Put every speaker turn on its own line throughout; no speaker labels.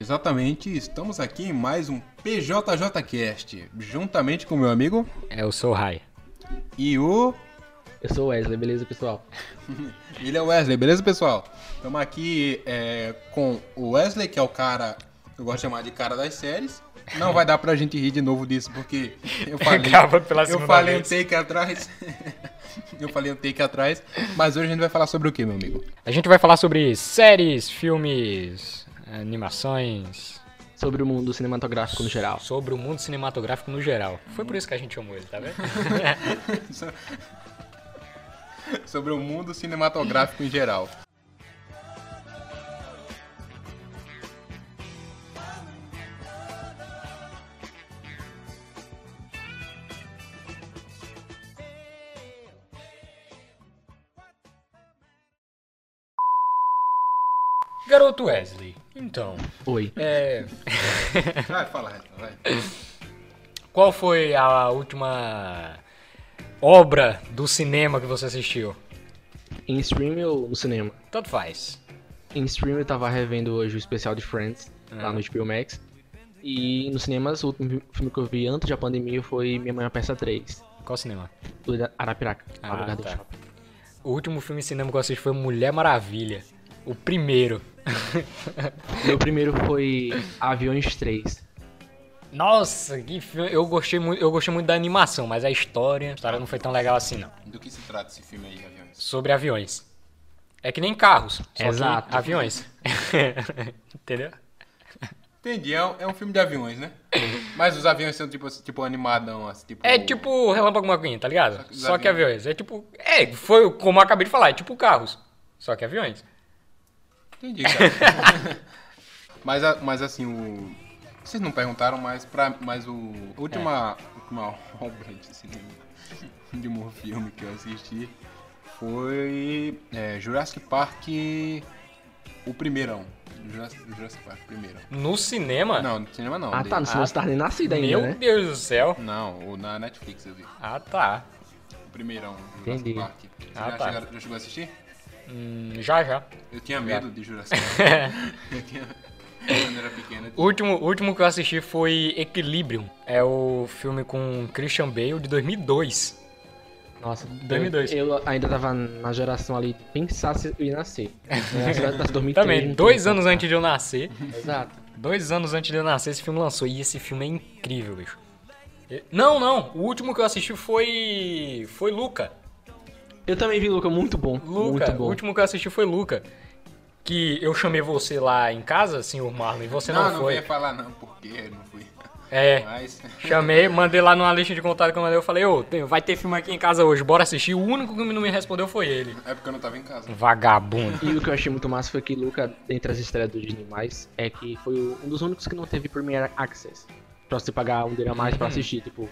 Exatamente, estamos aqui em mais um PJJcast, juntamente com meu amigo
Eu sou o Rai.
e o.
Eu sou o Wesley, beleza, pessoal?
Ele é o Wesley, beleza, pessoal? Estamos aqui é, com o Wesley, que é o cara que eu gosto de chamar de cara das séries. Não vai dar pra gente rir de novo disso, porque eu falei.
Acaba pela
eu
segunda
falei
vez.
um take atrás. eu falei um take atrás. Mas hoje a gente vai falar sobre o que, meu amigo?
A gente vai falar sobre séries, filmes, animações,
Sobre o mundo cinematográfico no geral.
sobre o mundo cinematográfico no geral. Foi por isso que a gente chamou ele, tá vendo?
So- sobre o mundo cinematográfico em geral.
Garoto Wesley, então,
Oi.
é,
Vai, fala, Renan, vai.
qual foi a última obra do cinema que você assistiu?
Em stream ou no cinema?
Tanto faz.
Em stream eu tava revendo hoje o especial de Friends,
Ah.
lá no HBO Max. E no cinemas, o último filme que eu vi antes da pandemia foi Minha Mãe é uma Peça 3,
Qual cinema?
do Arapiraca, lá
Ah,
do Garden
tá.
Shopping.
O último filme de cinema que eu assisti foi Mulher Maravilha. O primeiro.
Meu primeiro foi Aviões 3.
Nossa, que filme. Eu gostei, muito, eu gostei muito da animação, mas a história, a história não foi tão legal assim, não.
Do que se trata esse filme aí, aviões?
sobre aviões. É que nem carros, só
Exato.
que aviões. Entendeu?
Entendi, é um, é um filme de aviões, né? Mas os aviões são tipo, tipo animadão, assim, tipo...
É tipo o Relâmpago McQueen, tá ligado? Só
que
que,
os
aviões. É tipo, é, foi como eu acabei de falar, é tipo carros, só que aviões.
Entendi, cara. mas, a- mas assim, o... Vocês não perguntaram, mas, pra, mas o... a
É.
Última, última obra de cinema, de um filme que eu assisti, foi é, Jurassic Park, o primeirão. Jurassic, Jurassic Park, o primeiro.
No cinema?
Não, no cinema não.
Ah
dei-
tá, no cinema você tava nem nascido ainda,
Meu
né?
Deus do céu.
Não, o- na Netflix eu vi.
Ah, tá.
O primeirão, Jurassic
Entendi.
Park. Você
Ah,
já,
tá.
chegaram- já chegou a assistir?
Hum, já, já.
Eu tinha medo de Jurassic Park. eu tinha... Quando era pequeno. eu
O último, o último que eu assisti foi Equilibrium. É o filme com Christian Bale de 2002.
Nossa,
2002.
Eu, eu ainda tava na geração ali, de pensar se eu ia nascer. Eu nasci lá pra 2003,
Também,
então,
dois
tá.
anos antes de eu nascer.
Exato.
Dois anos antes de eu nascer, esse filme lançou. E esse filme é incrível, bicho. E- Não, não. O último que eu assisti foi. Foi Luca.
Eu também vi Luca, muito bom.
Luca.
muito
O
bom.
último que eu assisti foi Luca. Que eu chamei você lá em casa, senhor Marlon, e você não,
não, não
foi.
ia falar não, porque não fui.
É.
Mas.
Chamei, mandei lá numa lista de contato que eu mandei. Eu falei, ô, tem- vai ter filme aqui em casa hoje, bora assistir. O único que não me respondeu foi ele.
É porque eu não tava em casa.
Vagabundo.
E o que eu achei muito massa foi que Luca, dentre as estreias do Disney+, é que foi o- um dos únicos que não teve Premiere Access. Pra você pagar um dinheiro a
Hum.
mais pra assistir, tipo...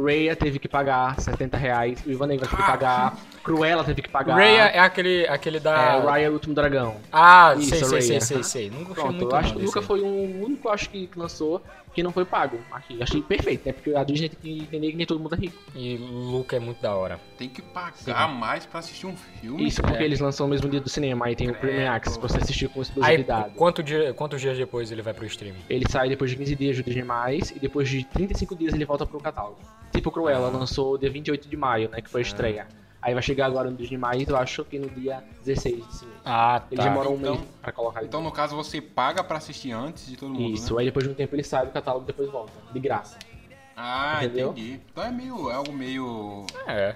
Raya teve que pagar R$ 70 reais, o Ivan Negra
Ah.
teve que pagar, Cruella teve que pagar,
Raya é aquele, aquele
é,
da.
Raya o Último Dragão.
Ah,
Isso,
sei, sei, sei,
Raya.
sei, sei. Não gostei
Pronto,
muito
eu acho
não
que
desse
Luca
aí.
foi um único, acho que, que lançou que não foi pago aqui. Achei perfeito, né? Porque a Disney tem que entender que nem todo mundo é rico.
E Luca é muito da hora.
Tem que pagar mais pra assistir um filme.
Isso, porque eles lançam no mesmo dia do cinema, aí tem o Premiere Access pra você assistir com
É, Aí,
exclusividade.
quanto dia- quantos dias depois ele vai pro streaming?
Ele sai depois de 15 dias do Disney+, e depois de 35 dias ele volta pro catálogo. Tipo Cruella, lançou dia 28 de maio, né, que foi a estreia. Aí vai chegar agora no Disney+, eu acho que no dia 16 desse mês.
Ah,
Ele demorou
Então-
um mês pra colocar ele.
Então, no caso, você paga pra assistir antes de todo mundo.
Isso,
Né?
aí depois de um tempo ele sai do catálogo e depois volta, de graça.
Ah,
Entendeu?
entendi. Então é meio. É algo meio.
É.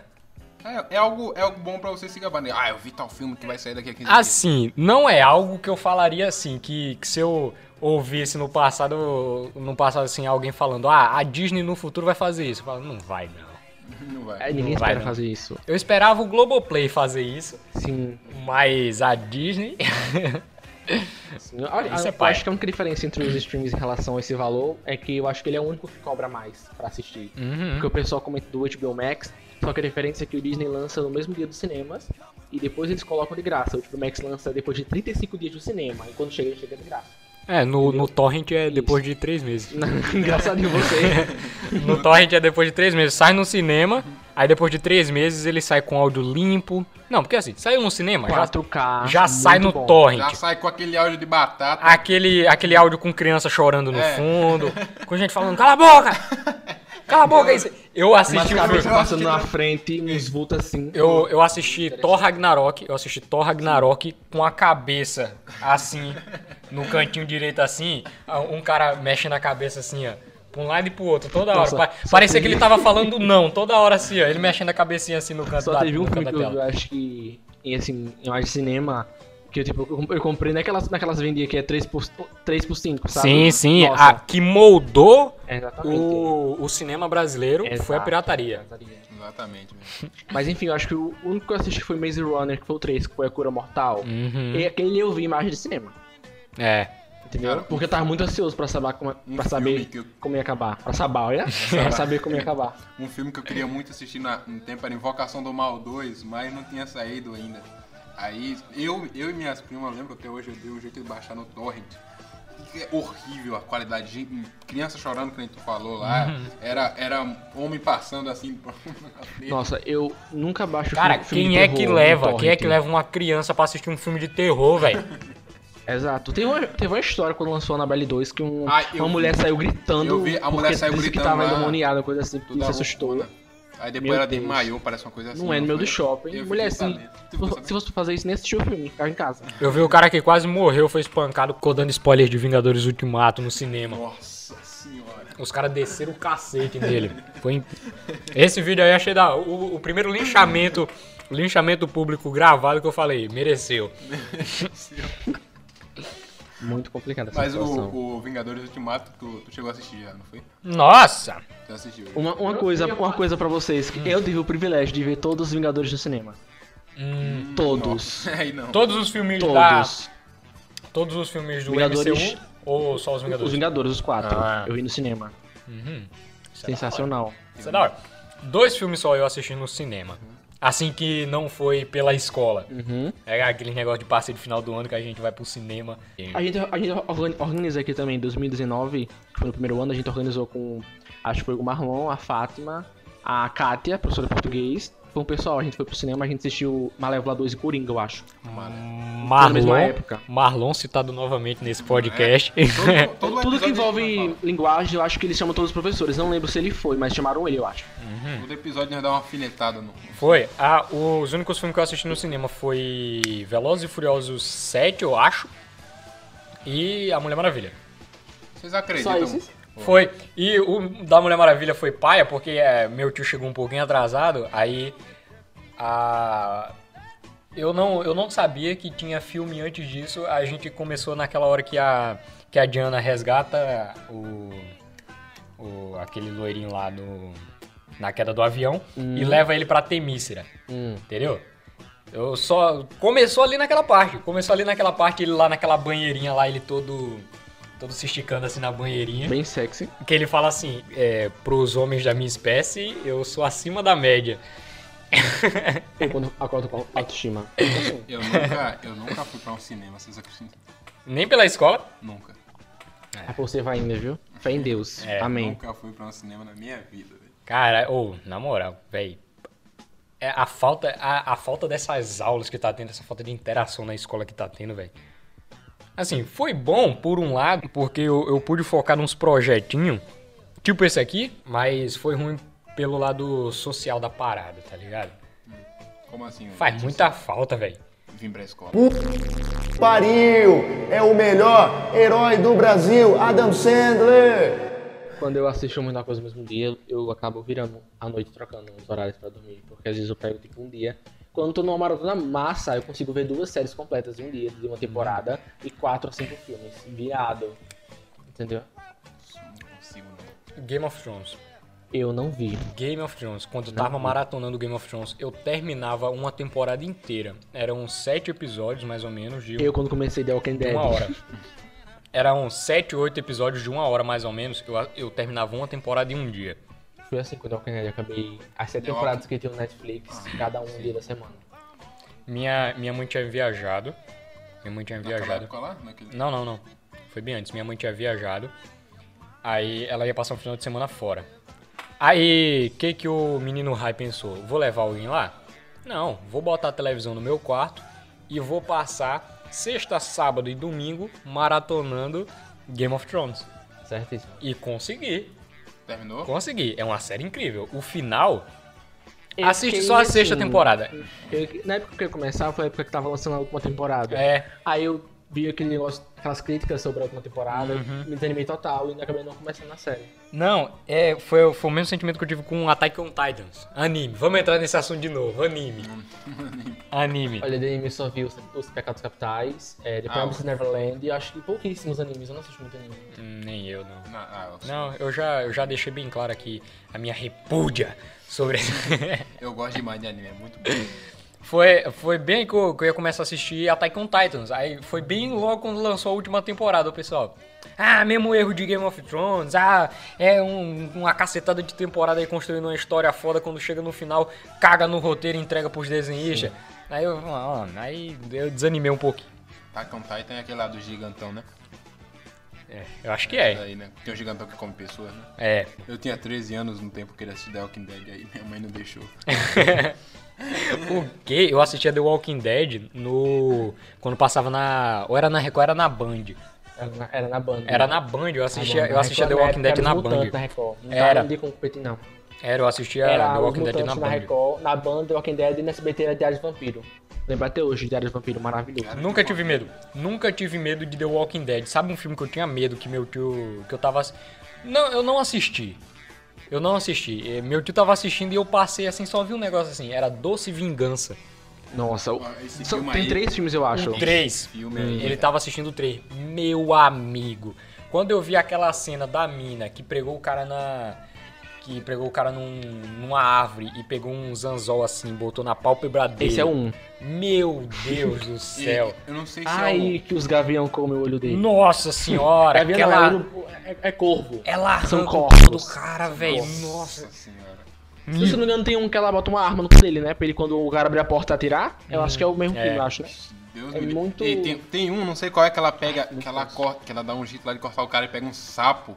É, é algo, é algo bom pra você se gabar. né? Ah, eu vi tal filme que vai sair daqui a 15 dias.
Assim, não é algo que eu falaria assim, que, que se eu ouvisse no passado, no passado assim, alguém falando, ah, a Disney no futuro vai fazer isso. Eu falo, não vai, não.
Não Tá. vai.
Aí ninguém
Não vai,
espera
não.
fazer isso.
Eu esperava o Globoplay fazer isso,
Sim,
mas a Disney.
sim. Olha,
Isso é
eu
pai.
acho que a única diferença entre os streams em relação a esse valor é que eu acho que ele é o único que cobra mais pra assistir. Porque o pessoal comenta do HBO Max, só que a diferença é que o Disney lança no mesmo dia dos cinemas e depois eles colocam de graça. O HBO Max lança depois de 35 dias do cinema, e quando chega, ele chega de graça.
É, no, no Torrent é depois de três meses.
Engraçado de você.
No Torrent é depois de três meses. Sai no cinema, aí depois de três meses ele sai com áudio limpo. Não, porque assim, saiu no cinema, já,
4K.
já
muito
sai no
bom.
Já
Torrent.
sai com aquele áudio de batata.
Aquele, aquele áudio com criança chorando no
É.
fundo, com gente falando, cala a boca! Cala a boca! isso." Eu
Então, Mas
assisti o
cabeça
filme.
passando na frente, uns vultos assim.
Eu, eu assisti Thor Ragnarok, eu assisti Thor Ragnarok com a cabeça assim, no cantinho direito assim, a- um cara mexe na cabeça assim, ó. Pra um lado e pro outro, toda hora.
Nossa,
Pa-
Então, só
Parecia
teve-
que ele tava falando não, toda hora assim, ó. Ele mexendo a cabecinha assim no canto
Só
da,
teve um
no canto
filme
da
que eu, eu
tela.
acho que, em, assim, em mais de cinema, que eu, tipo, eu comp- eu comprei naquelas, naquelas vendias que é 3 por, 3 por 5, sabe?
Sim, sim.
Nossa,
a- que moldou
é exatamente. é
o, o cinema brasileiro foi a
Exato.
pirataria.
Exatamente. velho.
Mas enfim, eu acho que o único que eu assisti foi Maze Runner, que foi o 3, que foi a cura mortal.
Uhum.
E aquele eu vi imagem de cinema,
É.
entendeu?
Cara,
Porque eu tava muito ansioso pra saber como, é-
Um filme
pra saber
que eu-
como ia acabar. Pra saber, olha? pra saber como ia acabar.
Um filme que eu queria muito assistir na, no tempo era Invocação do Mal 2, mas não tinha saído ainda. Aí eu, eu e minhas primas, eu lembro até hoje, eu dei um jeito de baixar no Torrent. É horrível a qualidade. Gente, Criança chorando, que nem tu falou lá. Era, era homem passando assim.
Nossa, eu nunca baixo
Cara,
Um filme-
quem
filme de
é
terror
que
no
leva? Quem é
torrent.
que leva uma criança pra assistir um filme de terror, velho?
Exato. Teve uma, teve uma história quando lançou a Annabelle 2 que um-
Ah, eu
uma
vi.
mulher saiu gritando.
Eu vi, a mulher
porque
saiu
disse que
gritando
tava
lá.
endemoniada, coisa assim, e
Toda
se assustou.
loucona. um Aí depois
Meu
ela
Deus.
desmaiou, parece uma coisa assim.
Não é no meio
foi?
do shopping.
Eu
mulher,
fiquei
assim,
sabendo.
se
Tu ficou
você- se
sabendo?
você fazer isso, nem assistiu o filme, ficava em casa.
Eu vi o cara que quase morreu, foi espancado, ficou dando spoiler de Vingadores Ultimato no cinema.
Nossa senhora.
Os caras desceram o cacete nele. Foi in- Esse vídeo aí eu achei da. O, o primeiro linchamento. Linchamento público gravado que eu falei, mereceu.
Muito complicado essa
Mas o,
situação.
o Vingadores Ultimato, tu, tu chegou a assistir já, não foi?
Nossa!
Tu assistiu.
Uma, uma coisa, uma coisa pra vocês, que eu tive o privilégio de ver todos os Vingadores no cinema. todos.
Nossa, Aí não.
Todos os filmes da.
Todos.
Todos os filmes do
Vingadores.
MCU ou só os Vingadores?
Os Vingadores, os quatro.
Ah.
Eu vi no cinema.
Isso é da hora.
Sensacional.
Isso é da hora. Dois filmes só eu assisti no cinema. Assim que não foi pela escola.
Uhum.
É aquele negócio de passeio de final do ano que a gente vai pro cinema.
A gente, a gente organ- organiza aqui também, em 2019, que foi no primeiro ano, a gente organizou com, acho que foi o Marlon, a Fátima, a Kátia, professora de português. Foi um pessoal, a gente foi pro cinema, a gente assistiu Malévola 2 e Coringa, eu acho. na mesma
Marlon,
época.
Marlon citado novamente nesse podcast.
É, Todo- todo
Tudo que
episódio a gente
envolve linguagem, eu acho que eles chamam todos os professores. Não lembro se ele foi, mas chamaram ele, eu acho.
fala. Todo episódio nós dá uma afinetada no.
foi. Ah, os únicos filmes que eu assisti no cinema foi Velozes e Furiosos 7, eu acho, e A Mulher Maravilha.
Vocês
Só
acreditam?
esses?
Foi. E o da Mulher Maravilha foi paia, porque é, meu tio chegou um pouquinho atrasado, aí a... Eu não, eu não sabia que tinha filme antes disso, a gente começou naquela hora que a, que a Diana resgata o, o aquele loirinho lá do, na queda do avião e leva ele pra Temícera. Entendeu? Eu só. Começou ali naquela parte. Começou ali naquela parte, ele lá naquela banheirinha lá, ele todo. Todo se esticando assim na banheirinha.
Bem sexy.
Que ele fala assim: é, pros homens da minha espécie, eu sou acima da média. É.
Eu quando acordo com autoestima.
Eu nunca, eu nunca fui pra um cinema, vocês acreditam?
Nem pela escola.
Nunca.
É você vai ainda, viu? Fé em Deus.
É,
Amém.
Nunca fui pra um cinema na minha vida, velho.
Cara, ou, na moral, velho. É a falta, a, a falta dessas aulas que tá tendo, essa falta de interação na escola que tá tendo, velho. Assim, foi bom por um lado, porque eu, eu pude focar nos projetinhos, tipo esse aqui, mas foi ruim pelo lado social da parada, tá ligado?
Como assim? eu
Faz muita falta, velho.
Vim pra escola.
Pariu! É o melhor herói do Brasil, Adam Sandler!
Quando eu assisto muita coisa no mesmo dia, eu acabo virando à noite trocando os horários pra dormir, porque às vezes eu pego tipo um dia. Quando eu tô numa maratona massa, eu consigo ver duas séries completas em um dia, de uma temporada, e quatro a cinco filmes. Viado. Entendeu?
Isso, Não consigo, não.
Game of Thrones.
Eu não vi.
Game of Thrones. Quando eu tava maratonando Game of Thrones, eu terminava uma temporada inteira. Eram sete episódios, mais ou menos, de
Eu quando comecei The Walking Dead.
uma hora. Eram sete, oito episódios de uma hora, mais ou menos. Eu, eu terminava uma temporada em um dia.
Foi assim quando The Walking Dead eu acabei. As sete
The
temporadas que tem no Netflix, cada um dia da semana.
Minha, minha mãe tinha viajado. Minha mãe tinha
Naquela
viajado.
época lá? Naquele...
Não, não, não. Foi bem antes. Minha mãe tinha viajado. Aí ela ia passar um final de semana fora. Aí, o que, que o menino Rai pensou? Vou levar alguém lá? Não, vou botar a televisão no meu quarto e vou passar sexta, sábado e domingo maratonando Game of Thrones.
Certíssimo.
E consegui.
Terminou?
Consegui. É uma série incrível. O final.
Eu
Assiste
fiquei
só a sexta
assim,
temporada.
eu- na época que eu ia começar, foi a época que tava lançando a última temporada.
É.
Aí eu vi aquele negócio, aquelas críticas sobre a última temporada,
Uhum.
me desanimei total e acabei não começando a série.
Não, é, foi, foi o mesmo sentimento que eu tive com Attack on Titans. Anime. Vamos entrar nesse assunto de novo. Anime. Anime.
Olha, daí eu só vi os, os Pecados Capitais, é,
Ah,
The Promised Neverland e acho que pouquíssimos animes, eu não assisto muito anime.
Hum, Nem eu, não.
Na- ah, eu,
Não, eu já, eu já deixei bem claro aqui a minha repúdia sobre.
eu gosto demais de anime, é muito bom.
foi, foi bem que eu, que eu ia começar a assistir Attack on Titans. Aí foi bem logo quando lançou a última temporada, o pessoal. Ah, mesmo erro de Game of Thrones. Ah, é um- uma cacetada de temporada aí construindo uma história foda. Quando chega no final, caga no roteiro e entrega pros desenhistas. Aí eu, mano, aí eu desanimei um pouquinho.
Attack on Titan é aquele lá do gigantão, né?
É, eu acho que é.
Aí, né? Tem um gigantão que come pessoas, né?
É.
Eu tinha 13 anos no tempo que ele assistia The Walking Dead, aí minha mãe não deixou.
O quê? Eu assistia The Walking Dead no. Quando passava na. Ou era na Record, era na Band.
Era na, era na Band.
Era na Band, eu assistia, eu assistia The Walking Dead Ah, na Band.
Na Record. Não
Era.
era. Não com competir, não.
Era, eu assistia
Era
The
os
Walking Dead
Mutantes
na
na
Band.
Record, na Band, The Walking Dead e na SBT era Diário de Vampiro. Lembra até hoje, Diário de Vampiro, maravilhoso.
Nunca tive medo. Nunca tive medo de The Walking Dead. Sabe um filme que eu tinha medo que meu tio. que eu tava. ass- Não, eu não assisti. Eu não assisti. Eh, Meu tio tava assistindo e eu passei assim, só vi um negócio assim. Era Doce Vingança.
Nossa, o-
Esse
são-
filme
tem
aí-
três filmes, eu acho.
O 3.
filme é
Hum.
aí,
Ele tá
velho.
tava assistindo o 3. Meu amigo. Quando eu vi aquela cena da mina que pregou o cara na. Que pregou o cara num- numa árvore e pegou um zanzol assim, botou na pálpebra dele.
Esse é um.
Meu Deus do
E
céu.
Eu não sei se é
Ai, que os gavião comem o olho dele.
Nossa senhora.
um- Gavião não,
aquela,
é olho- é, é corvo.
Ela
São
arranca o
corpos.
cu do cara, velho. Nossa.
é o... senhora.
É.
Se eu não me engano, tem um que ela bota uma arma no cu dele, né? Pra ele, quando o cara abrir a porta, atirar. Eu acho que é o mesmo
É.
filme, eu acho, né?
Deus
É
me livre.
muito-
Ei, tem, tem um, não sei qual é que ela pega, que ela corta, que ela dá um jeito lá de cortar o cara e pega um sapo.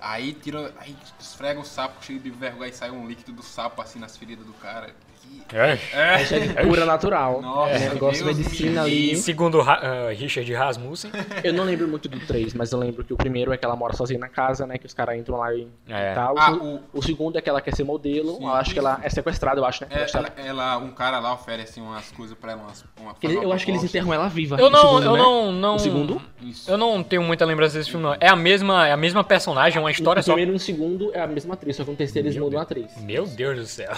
Aí tira, aí esfrega o sapo cheio de vergonha e sai um líquido do sapo assim nas feridas do cara. Que-
É de cura natural.
Nossa,
é um negócio
Deus
medicina
me
ali.
E segundo Ra- ah, Richard Rasmussen,
Eu não lembro muito do 3, mas eu lembro que o primeiro é que ela mora sozinha na casa, né? Que os caras entram lá e
É.
e tal.
Ah,
o, o segundo é que ela quer ser modelo.
Sim.
eu acho que ela é sequestrada, eu acho, né?
É,
Sequestrada.
ela, ela- um cara lá oferece umas coisas pra ela, umas, uma fazer
Ele-
uma
eu acho que eles
proposta.
enterram ela viva.
Eu
no
não,
segundo,
eu
né?
não, não.
O segundo?
Isso.
Eu não tenho muita lembrança desse filme, não. É a mesma, é a mesma personagem, é uma história
o
só.
primeiro e o segundo é a mesma atriz, só que no terceiro eles mudam a atriz.
Meu Deus do céu.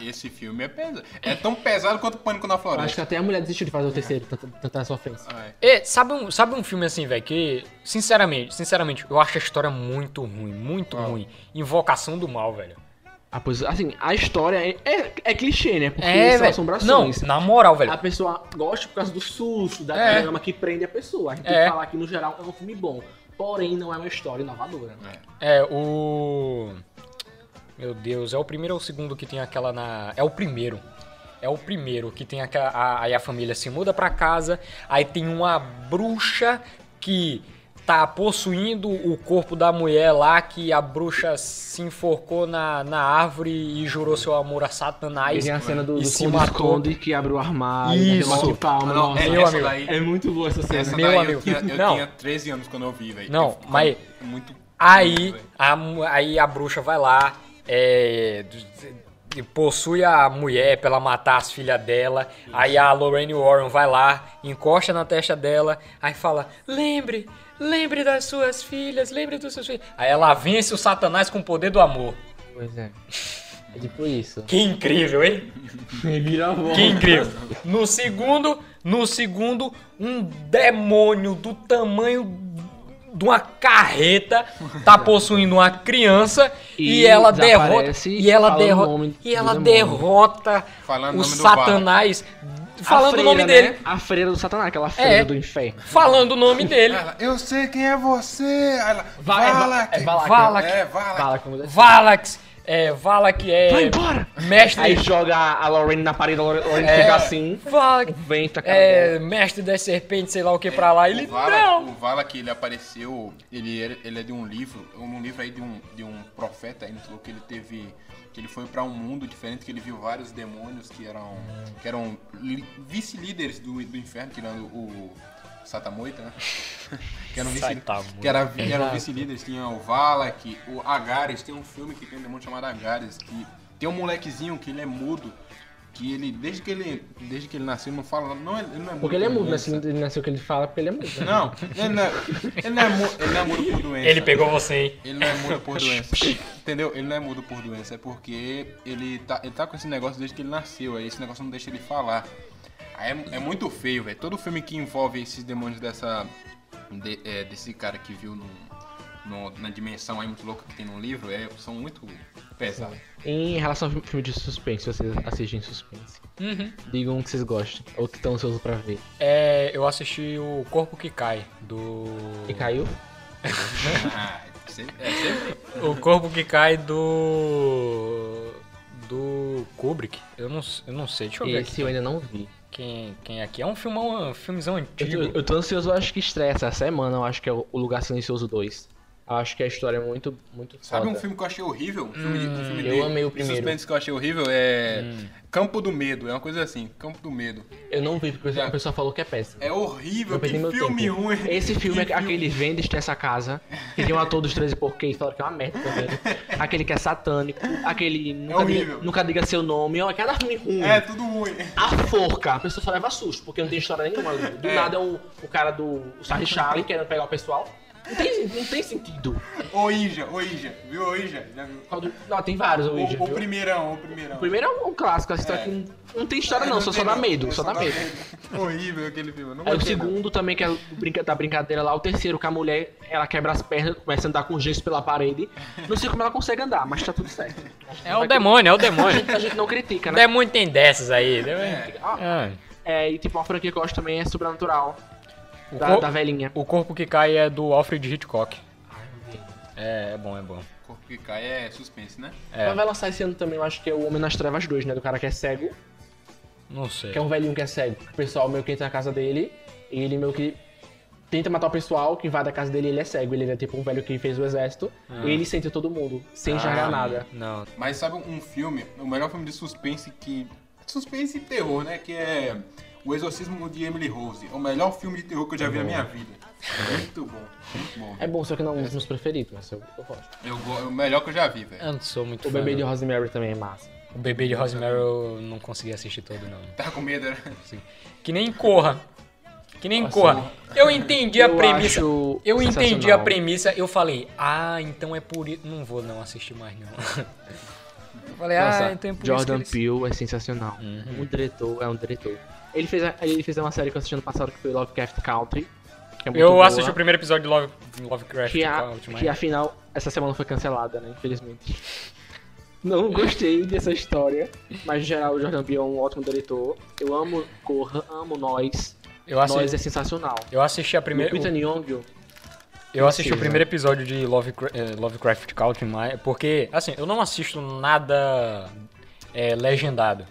E- Esse filme é pesado. É tão pesado quanto Pânico na
Eu acho que
Floresta.
até a mulher desistiu de fazer o terceiro, tanta- tanta essa ofensa.
Ah, é.
E, sabe, um, sabe um filme assim, velho, que, sinceramente, sinceramente, eu acho a história muito ruim, muito ruim. Invocação do Mal, velho.
Ah, pois, assim, a história é, é, é clichê, né? Porque são
velho. Não,
assombrações.
na moral, velho.
A pessoa gosta por causa do susto, da
É.
trama que prende a pessoa. A gente tem
É.
que falar que, no geral, é um filme bom. Porém, não é uma história inovadora. né?
É, o. Meu Deus, é o primeiro ou o segundo que tem aquela na. É o primeiro. É o primeiro que tem aquela. a- Aí a família se muda pra casa, aí tem uma bruxa que tá possuindo o corpo da mulher lá, que a bruxa se enforcou na, na árvore e jurou seu amor a Satanás.
Tem a cena do,
é. e
do
se
Conde
matou.
Esconde que abre o armário,
Isso.
né, bate palma,
Não,
nossa.
é,
meu
essa
amigo.
daí-
É muito boa essa cena.
Essa
Meu
daí
amigo,
eu, tinha, eu
não.
tinha 13 anos quando eu vi, velho.
Não,
Eu fico
mas-
Muito.
Aí,
velho.
a, mu- aí a bruxa vai lá, é, d- d- possui a mulher pra ela matar as filhas dela. Aí a Lorraine Warren vai lá, encosta na testa dela, aí fala: Lembre, lembre das suas filhas, lembre dos seus filhos. Aí ela vence o Satanás com o poder do amor.
Pois é. É tipo isso.
Que incrível, hein?
Vira a voz.
Que incrível. No segundo, no segundo, um demônio do tamanho de uma carreta tá possuindo uma criança e,
E
ela derrota
desaparece
e ela
falando o
derrota
nome
e ela
do demônio.
derrota
Falando
o
o nome do
Satanás
A
falando o
freira,
nome
né?
dele,
A freira do satanás, aquela freira
É.
do inferno.
falando o nome dele.
Ela, eu sei quem é você. Aí Ela,
Vai- é Va-
Valak.
é Valak.
Valak.
É, Valak.
Fala como
Valax é, Valak é.
Vai embora!
Mestre.
Aí joga a Lorraine na parede, a Lor- Lorraine
É.
fica assim,
Valak
venta a cara dela.
é mestre das serpentes, sei lá o que pra lá. Ele.
o Vala,
Não!
O Vala que ele apareceu, ele, era- ele é de um livro, um livro aí de um, de um profeta aí, ele falou que ele teve. que ele foi pra um mundo diferente, que ele viu vários demônios que eram. que eram li- vice-líderes do, do inferno, tirando o. Satamoita, né? Que eram vice-
Satamoita.
que era- que eram
Exato.
vice-líderes. Tinha o Valak, o Agares. Tem um filme que tem um demônio chamado Agares. Que tem um molequezinho que ele é mudo. Que ele, desde que ele, desde que ele nasceu, não fala nada. Não, ele não é mudo.
Porque ele é mudo, né? Se
doença.
ele nasceu o que ele fala, porque ele é mudo. né?
Não, ele não, é, ele não é mu- ele não é mudo por doença.
Ele pegou você, hein?
Ele não é mudo por doença. Entendeu? Ele não é mudo por doença. É porque ele tá, ele tá com esse negócio desde que ele nasceu. Aí esse negócio não deixa ele falar. Aí é, é muito feio, velho. Todo filme que envolve esses demônios dessa. de- é, desse cara que viu no, no- na dimensão aí muito louca que tem no livro, é, são muito pesados.
Em relação ao filme de suspense, vocês assistem suspense.
Uhum.
Digam um que vocês gostam, ou que estão ansiosos pra ver.
É, eu assisti o Corpo que Cai, do.
E caiu?
Ah, é sempre- é sempre-
O Corpo que Cai do. Do Kubrick. Eu não, eu não sei, deixa eu ver
Esse
aqui.
eu ainda não vi.
Quem, quem é aqui? É um filmão, um filmezão
Eu,
antigo.
tô- eu tô ansioso, eu acho que estreia essa semana, eu acho que é o o Lugar Silencioso 2. Eu acho que a história é muito, muito
Sabe um
foda. Hum,
filme que eu achei horrível? Um filme, de- um filme
eu
de-
amei o
de
primeiro. Hum.
suspense que eu achei horrível é. Campo do Medo. É uma coisa assim, Campo do Medo.
Eu não vi, porque a pessoa falou que é péssimo.
É horrível,
Eu
que
perdi meu
filme
tempo.
ruim.
Esse filme
Que
é aquele Vendes tem essa casa, que tem um ator dos 13 porquês, fala que é uma merda também. aquele que é satânico, aquele nunca, diga,
É horrível.
nunca diga seu nome, ó, cada filme ruim.
É, tudo ruim.
A forca, a pessoa só leva susto, porque não tem história nenhuma. ali. Do
É.
nada é o, o cara do o Charlie Charlie querendo pegar o pessoal. Não tem, não tem sentido.
Ô Inja, ô Inja, viu ô Inja? Já viu?
Qual do- Não, tem vários, o Ouija,
O, o
viu?
primeirão, o primeirão.
O primeiro é um, um clássico, essa história
É.
que não, não tem história não,
É,
só, só
tem
dá
não.
medo,
É,
só dá medo.
Horrível aquele filme, eu não
Aí o
gostei, não.
segundo também, que é do brinca- da brincadeira lá, o terceiro, que a mulher, ela quebra as pernas, começa a andar com gesso pela parede. Não sei como ela consegue andar, mas tá tudo certo.
É o demônio, é o demônio.
A gente não critica,
O
né?
demônio tem dessas aí. né?
Ah,
Ah,
É, e tipo, uma franquia que eu gosto também é Sobrenatural,
o,
da,
cor-
da velhinha.
o Corpo que Cai é do Alfred Hitchcock. É, é bom, é bom.
O corpo que cai é suspense, né?
É.
Vai lançar esse ano também, eu acho que é o Homem nas Trevas 2, né? Do cara que é cego,
Não sei.
que é um velhinho que é cego. O pessoal meio que entra na casa dele, e ele meio que tenta matar o pessoal que invade a casa dele, ele é cego. Ele é tipo um velho que fez o exército,
Ah.
e ele sente todo mundo, sem enxergar nada.
Não.
Mas sabe um filme, o melhor filme de suspense que. Suspense e terror, né? Que é O Exorcismo de Emily Rose. É o melhor filme de terror que eu já vi na minha vida. Muito bom, muito bom.
É bom, só que não é um dos meus preferidos, mas eu, eu gosto.
Eu, go- é o melhor que eu já vi, velho.
Eu não sou muito
O
fã,
bebê de
não.
Rosemary também é massa.
O bebê de Rosemary eu não consegui assistir todo, não.
Tá com medo, né?
Sim. Que nem corra. Que nem corra. Eu entendi a
Eu
premissa.
acho
Eu entendi a
sensacional.
premissa, eu falei, ah, então é por isso. Não vou não assistir mais, não. Eu falei, ah, então é por
Jordan
isso. que eles-
Peele é sensacional. Um diretor é um diretor. Ele fez, a- ele fez uma série que eu assisti ano passado que foi Lovecraft Country. que é muito
Eu
boa,
assisti o primeiro episódio de Love, Lovecraft.
que, a,
Couch, mas-
que afinal, essa semana foi cancelada, né? Infelizmente. Não gostei dessa história, mas em geral o Jordan Peele é um ótimo diretor. Eu amo Corra, amo Nós.
eu, assisti,
Nós é sensacional.
eu assisti a primeira.
Lupita Nyong'o
Eu assisti o
Precisa.
primeiro episódio de Lovecraft, Lovecraft Country, mas- porque, assim, eu não assisto nada é, legendado.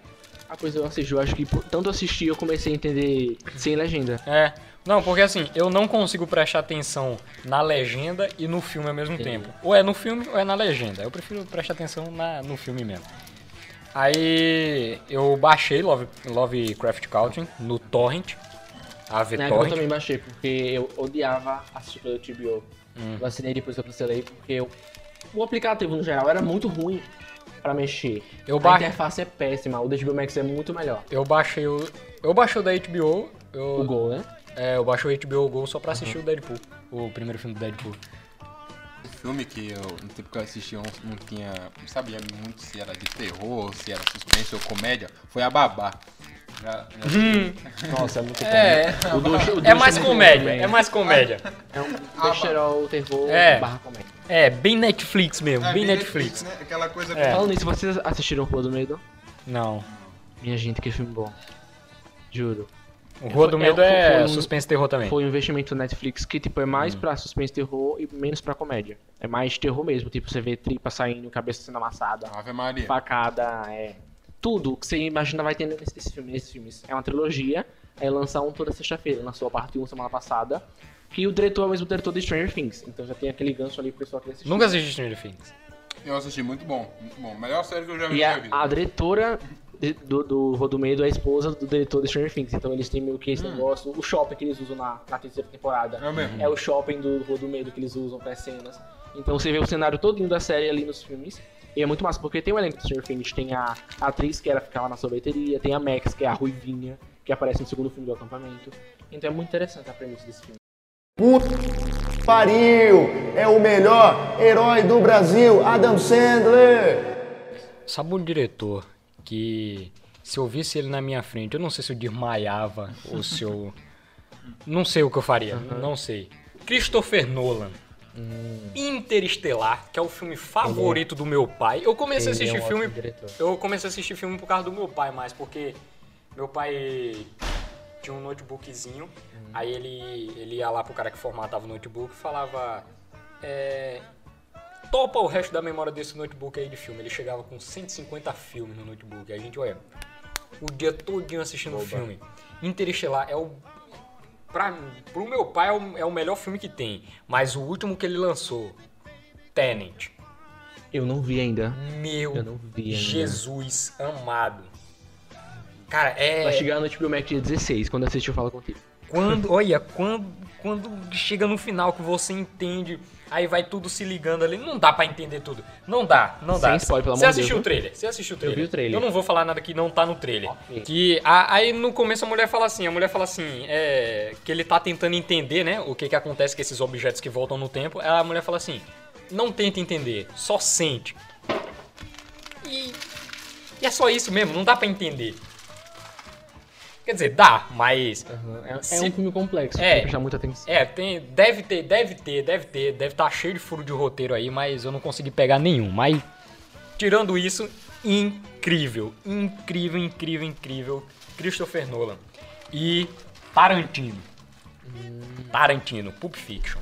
A coisa eu assisti, eu acho que por tanto assistir eu comecei a entender sem legenda.
É. Não, porque assim, eu não consigo prestar atenção na legenda e no filme ao mesmo tempo. Ou é no filme ou é na legenda. Eu prefiro prestar atenção na- no filme mesmo. Aí eu baixei Love, Lovecraft Country no Torrent, a
Na época É, Né, eu
V-Torrent.
também baixei, porque eu odiava assistir pelo TBO.
Hum.
Eu assinei depois que eu cancelei, porque eu- o aplicativo no geral era muito ruim pra mexer.
Eu
a
ba-
interface é péssima, o da HBO Max é muito melhor.
Eu baixei o. Eu baixei o da HBO.
O
Eu,
Gol, Uhum. né?
é, eu baixei o HBO Go só pra assistir o Deadpool. O primeiro filme do Deadpool.
O filme que eu, no tempo que eu assisti, eu não tinha. Não sabia muito se era de terror, se era suspense ou comédia, foi a Babá. Já, já-
Hum,
Nossa, é muito
É,
bom. O dois- o
é
dois
mais
muito
comédia,
bem.
é mais comédia.
É um besterol, terror,
É.
barra comédia.
É, bem Netflix mesmo,
É,
bem Netflix.
né? Aquela coisa
É.
com-
Falando nisso, vocês assistiram Rua do Medo?
Não.
Minha gente, que filme bom. Juro.
O Rua do
Foi-
Medo
é, foi-
é
foi um-
suspense terror também. Hum.
Foi um investimento do Netflix que, tipo, é mais pra suspense terror e menos pra comédia. É mais terror mesmo, tipo, você vê tripa saindo, cabeça sendo amassada,
Ave Maria.
facada, é... Tudo que você imagina vai ter nesse, nesse filme, nesses filmes. É uma trilogia, é lançar um toda sexta-feira. Lançou a parte 1 semana passada. E o diretor é o mesmo diretor de Stranger Things. Então já tem aquele gancho ali pro pessoal que assistiu.
Nunca assisti Stranger Things.
Eu assisti, muito bom. Muito bom. Melhor série que eu já vi
E
na minha
a,
vida.
a diretora de- do, do Rodomedo é a esposa do diretor de Stranger Things. Então eles têm meio que esse negócio. O shopping que eles usam na, na terceira temporada
Hum. É mesmo.
é o shopping do Rodomedo que eles usam para cenas. Então você vê o cenário todinho da série ali nos filmes. E é muito massa, porque tem o elenco do Stranger Things. Tem a atriz que era ficava na sorveteria. Tem a Max, que é a Ruivinha, que aparece no segundo filme do acampamento. Então é muito interessante a premissa desse filme.
Puta que pariu! É o melhor herói do Brasil, Adam Sandler!
Sabe um diretor que se eu visse ele na minha frente, eu não sei se eu desmaiava ou se eu. Não sei o que eu faria, não sei. Christopher Nolan.
Hum.
Interestelar, que é o filme favorito do meu pai. Eu comecei a
ele é
assistir
um
filme.
ótimo diretor.
Eu comecei a assistir filme por causa do meu pai, mais porque meu pai tinha um notebookzinho.
Hum.
Aí ele, ele ia lá pro cara que formatava o notebook e falava. É, topa o resto da memória desse notebook aí de filme. Ele chegava com 150 filmes no notebook. Aí a gente, olha, o dia todinho assistindo filme. Interestelar é o. Pra, pro meu pai é o, é o melhor filme que tem. Mas o último que ele lançou, Tenet.
Eu não vi ainda.
Meu
Eu não vi ainda.
Jesus amado. Cara,
Vai
é.
chegar no HBO Max dia 16. Quando assistir, eu falo contigo.
Quando, olha, quando, quando chega no final que você entende, aí vai tudo se ligando ali. Não dá pra entender tudo. Não dá, não dá.
Sem spoiler, pelo
Você
amor de
assistiu
Deus, né?
o trailer? Você assistiu o trailer?
vi o trailer.
Eu não vou falar nada que não tá no trailer.
Ok.
Que a- aí no começo a mulher fala assim, a mulher fala assim, é, que ele tá tentando entender, né, o que que acontece com esses objetos que voltam no tempo. Aí A mulher fala assim, não tenta entender, só sente. E, e é só isso mesmo, não dá pra entender. Quer dizer, dá, mas
É, é
Se-
um filme complexo,
É.
tem que prestar muita atenção.
é, tem, deve ter, deve ter, deve ter, deve estar cheio de furo de roteiro aí, mas eu não consegui pegar nenhum. Mas tirando isso, incrível, incrível, incrível, incrível, Christopher Nolan e Tarantino. Tarantino, Pulp Fiction.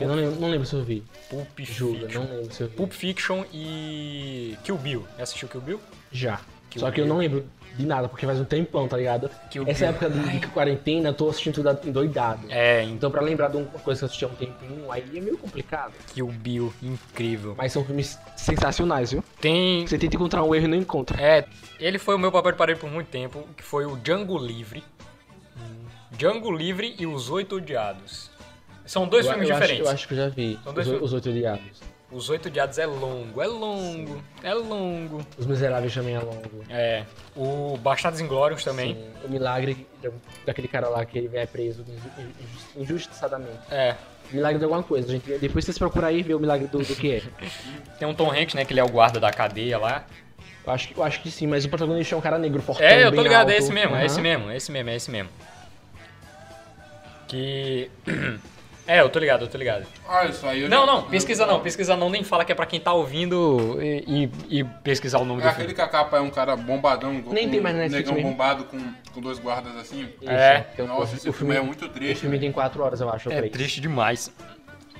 É. Eu não lembro, não lembro se eu vi.
Pulp
Juro, eu
Fiction.
não lembro se eu vi.
Pulp Fiction e Kill Bill. Já assistiu Kill Bill?
Já.
Kill
Só que eu
Bill.
não lembro de nada, porque faz um tempão, tá ligado?
Kill
Essa
Bill.
época de, de quarentena, eu tô assistindo tudo endoidado.
É, então
Então pra lembrar de uma coisa que eu assisti há um tempinho, aí é meio complicado.
Kill Bill, incrível.
Mas são filmes sensacionais, viu?
Tem
Você tenta encontrar um erro e não encontra.
É, ele foi o meu papel de parede por muito tempo, que foi o Django Livre. Hum. Django Livre e Os Oito Odiados. São dois
eu,
filmes
eu
diferentes.
Acho, eu acho que eu já vi.
São
Os,
dois filmes.
os Oito Diabos.
Os Oito Odiados é longo, é longo, é longo.
Os Miseráveis também é longo.
É, o Bastardos Inglórios também.
Sim, O milagre é um, daquele cara lá que ele é preso injusti- injustiçadamente.
É,
Milagre de alguma coisa, gente. Depois vocês procuram aí e vê o milagre do, do que é.
tem um Tom Hanks, né, que ele é o guarda da cadeia lá.
Eu acho, que- eu acho que sim, mas o protagonista é um cara negro fortão,
É, eu tô
bem
ligado, é
alto.
esse mesmo, é
Aham.
esse mesmo, é esse mesmo, é esse mesmo. Que... É, eu tô ligado, eu tô ligado.
Ah, isso aí eu já-
Não, não, pesquisa não, pesquisa não, nem fala que é pra quem tá ouvindo e, e- e pesquisar o nome
É
do
aquele
filme.
que a capa é um cara bombadão, com
Nem tem mais
um
Netflix
negão
mesmo.
bombado com, com dois guardas assim.
Isso,
É.
tem um-
Nossa, esse
o
filme é muito
O
triste.
filme tem 4 horas, eu acho. ou
É
três.
triste demais.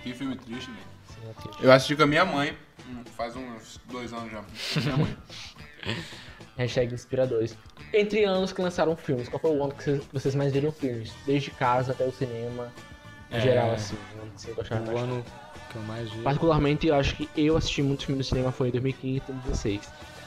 Que filme triste, velho.
Sim, é triste.
Eu assisti com a minha mãe, hum, faz uns dois anos já. Minha mãe.
Hashtag inspiradores. Entre anos que lançaram filmes, qual foi o ano que vocês, que vocês mais viram filmes? Desde casa até o cinema, em
É.
geral, assim. um ano que vocês gostaram
O
mais.
ano É, que eu mais vi.
Particularmente, eu acho que eu assisti muitos filmes no cinema foi em 2015 e 2016.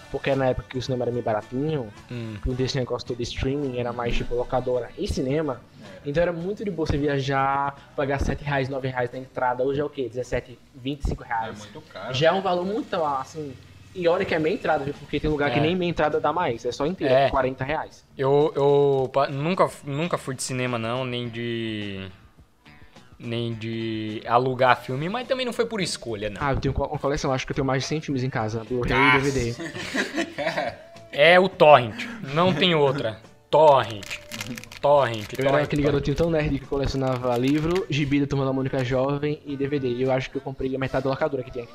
Porque era na época que o cinema era meio baratinho,
Hum.
não tinha esse negócio todo de streaming, era mais tipo locadora e cinema. Então era muito de boa você viajar, pagar R$ 7 reais, 9 reais na entrada. Hoje é o quê? 17, 25
É
reais.
muito caro.
Já é um valor muito, assim... E olha que é meia entrada, viu? porque tem lugar que
É.
nem meia entrada dá mais. É só inteira,
É.
40 reais.
Eu, eu pa- nunca, nunca fui de cinema, não, nem de. Nem de alugar filme, mas também não foi por escolha, não.
Ah, eu tenho co- uma coleção, acho que eu tenho mais de 100 filmes em casa. Blu-ray
Nossa.
e DVD.
É o Torrent, não tem outra. Torrent. Torrent.
Eu era
torrent,
é aquele
torrent.
garotinho tão nerd que colecionava livro, gibi da Turma da Mônica Jovem e DVD. E eu acho que eu comprei a metade da locadora que tem aqui.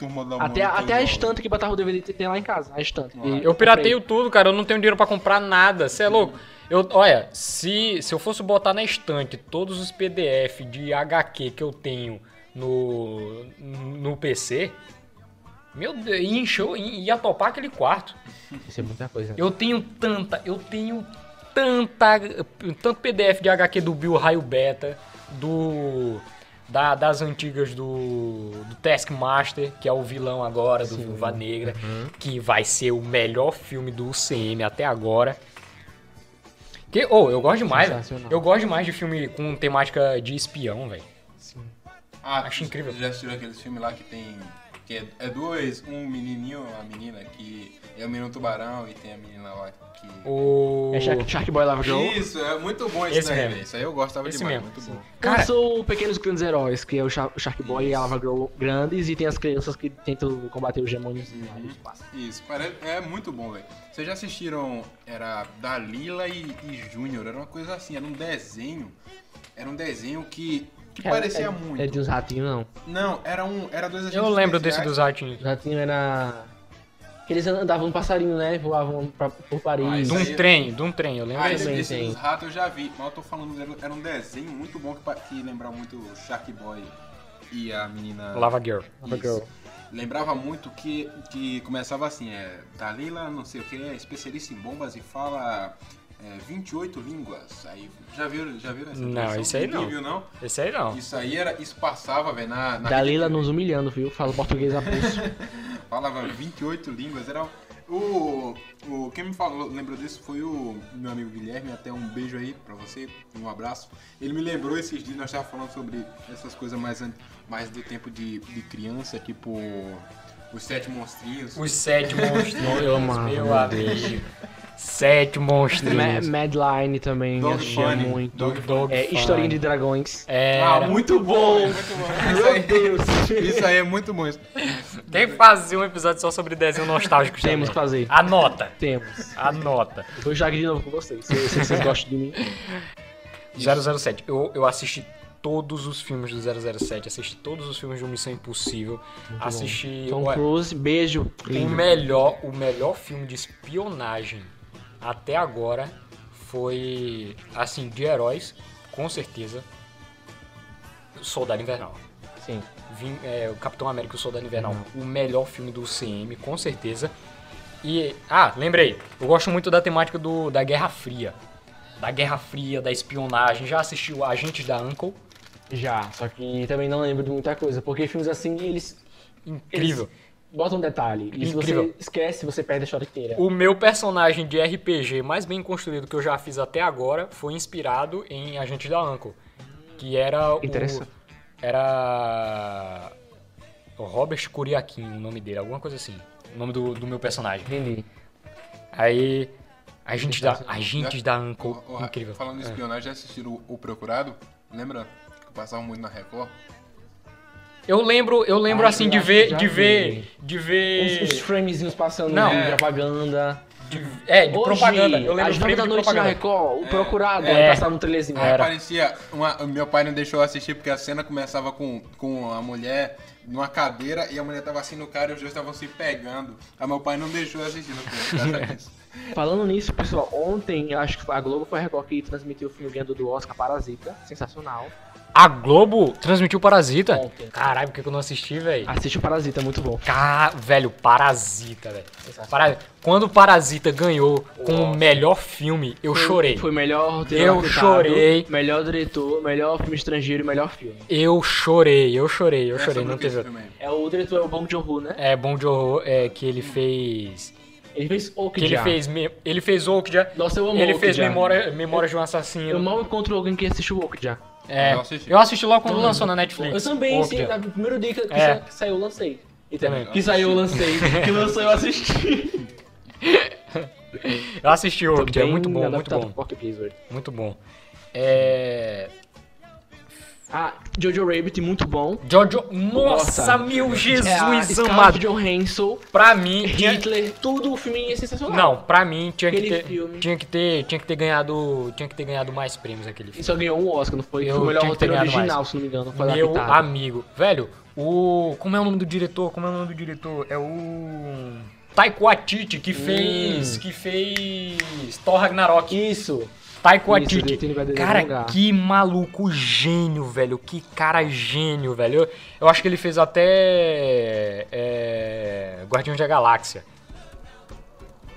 Turma da
Até,
Mônica
até a
Jovem.
estante que botava o DVD tem lá em casa, a estante. E
Eu
comprei.
pirateio tudo, cara. Eu não tenho dinheiro pra comprar nada. Você é louco? Eu, olha, se, se eu fosse botar na estante todos os PDF de HQ que eu tenho no, no PC, meu Deus, e encheu, e- ia topar aquele quarto.
Isso é muita coisa. né?
Eu tenho tanta, eu tenho tanta, tanto PDF de HQ do Bill Raio Beta, do da- das antigas do, do Taskmaster, que é o vilão agora do Viúva Negra, que vai ser o melhor filme do UCM até agora. Que, oh, eu gosto demais, velho.
Sensacional.
eu gosto demais de filme com temática de espião, velho.
Ah,
Acho incrível.
Já assistiu aqueles filmes lá que tem. Que é, é dois, um menininho e uma menina, que é o menino tubarão e tem a menina lá que.
O
É Shark, Shark Boy Lava Joe.
Isso, é muito bom isso
Esse
daí,
mesmo.
velho. Isso aí eu gostava
Esse
demais,
mesmo.
muito bom.
Cara-
Lançou o Pequenos Grandes Heróis, que é o Shark, o Shark Boy e a Lava Girl grandes, e tem as crianças que tentam combater os demônios
Uhum.
lá do espaço.
Isso, parece, é muito bom, velho. Vocês já assistiram, era Dalila e, e Júnior, era uma coisa assim, era um desenho. Era um desenho que, que
É,
parecia
é-
muito.
É de uns ratinhos, não.
Não, era um. Era dois agentes
Eu lembro desse
especiais.
dos ratinhos.
Os ratinhos era. que Eles andavam um passarinho, né? Voavam pra, por Paris.
De
Ah,
um
isso aí-
trem, de um trem, eu lembro
Ah,
desse.
esse,
Também
esse
tem.
dos ratos eu já vi, mas eu tô falando, era, era um desenho muito bom que, pa- que lembrava muito o Shark Boy e a menina.
Lava Girl.
Isso. Lembrava muito que, que começava assim, é. Dalila, não sei o que, é especialista em bombas e fala é, 28 línguas. Aí já viram, já viram essa
Não,
versão?
isso aí não.
Ninguém viu, não?
Esse aí não.
Isso aí era. Isso passava, velho, na, na.
Dalila nos humilhando, viu? Fala português a pulso.
Falava 28 línguas, era. O, o quem me falou, lembrou disso foi o meu amigo Guilherme, até um beijo aí pra você, um abraço. Ele me lembrou esses dias, nós tava falando sobre essas coisas mais, an- mais do tempo de, de criança, tipo os sete monstrinhos.
Os sete monstrinhos,
Eu amava,
meu
meu
amigo. Sete
Ma-
monstrinhos.
Madeline também,
Dog
assistia
Funny,
muito.
Dog
Dog
é,
Funny.
Historinha de Dragões.
Ah,
Era.
muito bom! Muito bom. Isso, aí,
Deus!
isso aí é muito bom. isso.
Tem que fazer um episódio só sobre desenho nostálgico também.
Temos que fazer.
Anota.
Temos.
Anota.
Vou jogar aqui de novo com vocês. Se, se vocês gostam de mim.
007. Eu, eu assisti todos os filmes do 007. Assisti todos os filmes de Missão Impossível. assisti...
Tom
ué, Um
Cruise, beijo.
O
Lindo.
melhor, o melhor filme de espionagem até agora foi, assim, de heróis, com certeza, Soldado Invernal.
Sim.
Vim- é, o Capitão América e o Soldado Invernal, o melhor filme do CM, com certeza. E, ah, lembrei, eu gosto muito da temática do, da Guerra Fria. Da Guerra Fria, da espionagem. Já assistiu Agentes da Uncle?
Já, só que também não lembro de muita coisa. Porque filmes assim, eles
Incrível.
botam um detalhe. E se
Incrível.
você esquece, você perde a história inteira.
O meu personagem de RPG mais bem construído que eu já fiz até agora foi inspirado em Agente da Uncle, que era o
Interessante.
era o Robert Kuriakin, o nome dele, alguma coisa assim, o nome do, do meu personagem.
Entendi.
Aí Agente da Agentes da Uncle,
Ô, ô,
incrível. É.
Falando em espionagem, já assistiram o, o Procurado? Lembra? Que passava muito na Record?
Eu lembro, eu lembro
Ah,
assim
eu
de
acho que
ver,
já
de
vi.
ver, de
Os,
ver,
os framezinhos passando
Não.
de propaganda.
de- é de
Hoje,
propaganda. Eu lembro
às nove
frame
da
de
noite na
propaganda.
Record, o procurado,
É.
é. passava no trailerzinho.
Aí parecia. uma- meu pai não deixou eu assistir porque a cena começava com, com a mulher numa cadeira e a mulher tava assim no cara e os dois estavam se pegando. Aí meu pai não deixou eu assistir no filme. por causa disso.
Falando nisso, pessoal, ontem eu acho que a Globo foi a Record que transmitiu o filme ganhador do Oscar Parasita. Sensacional.
A Globo transmitiu Parasita.
Ontem.
Caralho, por que que eu não assisti, velho?
Assiste o Parasita, é muito bom.
Cara, velho, Parasita, velho. Para- Quando o Parasita ganhou com o melhor filme, eu chorei.
Foi melhor
Eu
adaptado,
chorei.
Melhor diretor, melhor filme estrangeiro e melhor filme.
Eu chorei, eu chorei, eu
É
chorei.
sobre
Não
o que esse
teve.
filme aí?
É o diretor é o Bong Joon-ho, né?
É bom de horror é, que ele fez.
Ele fez o
É. Que ele fez. me- Ele fez Okja.
Nossa, eu amo
Ele
Okja.
fez Memória, memória de um
Eu
Assassino.
mal encontro alguém que assiste o Okja.
É,
Eu assisti.
eu assisti logo quando lançou na Netflix.
Eu também, sim,
Okja.
no primeiro dia que, que
É.
sa- que saiu, eu lancei. E
Também.
também. Que saiu, eu lancei. que lançou, eu assisti.
Eu assisti Okja, é muito bom,
Também
muito
adaptado
bom.
pro Porky Blizzard.
Muito bom. É.
Ah, Jojo Rabbit, muito bom.
Jojo. Nossa,
Nossa.
meu
É a
Jesus
Scarlett
amado.
John Hansel,
Pra mim, tinha-
Hitler, tudo o filme é sensacional.
Não, pra mim tinha que,
Aquele
ter,
filme.
tinha que ter, tinha que ter ganhado, tinha que ter ganhado mais prêmios aquele
E
filme.
só ganhou um Oscar, não foi?
Eu
foi o melhor
tinha que ter
roteiro
ganhado
original,
mais.
se não me engano. Foi
Meu
adaptado.
amigo, velho, o como é o nome do diretor? Como é o nome do diretor? É o Taiko Waititi,
Hum.
que fez. Que fez. Thor Ragnarok.
Isso.
Taiko
Isso, do
Waititi.
Tino vai desenhar um
Cara,
lugar.
que maluco gênio, velho. Que cara gênio, velho. Eu, eu acho que ele fez até. É, Guardiões da Galáxia.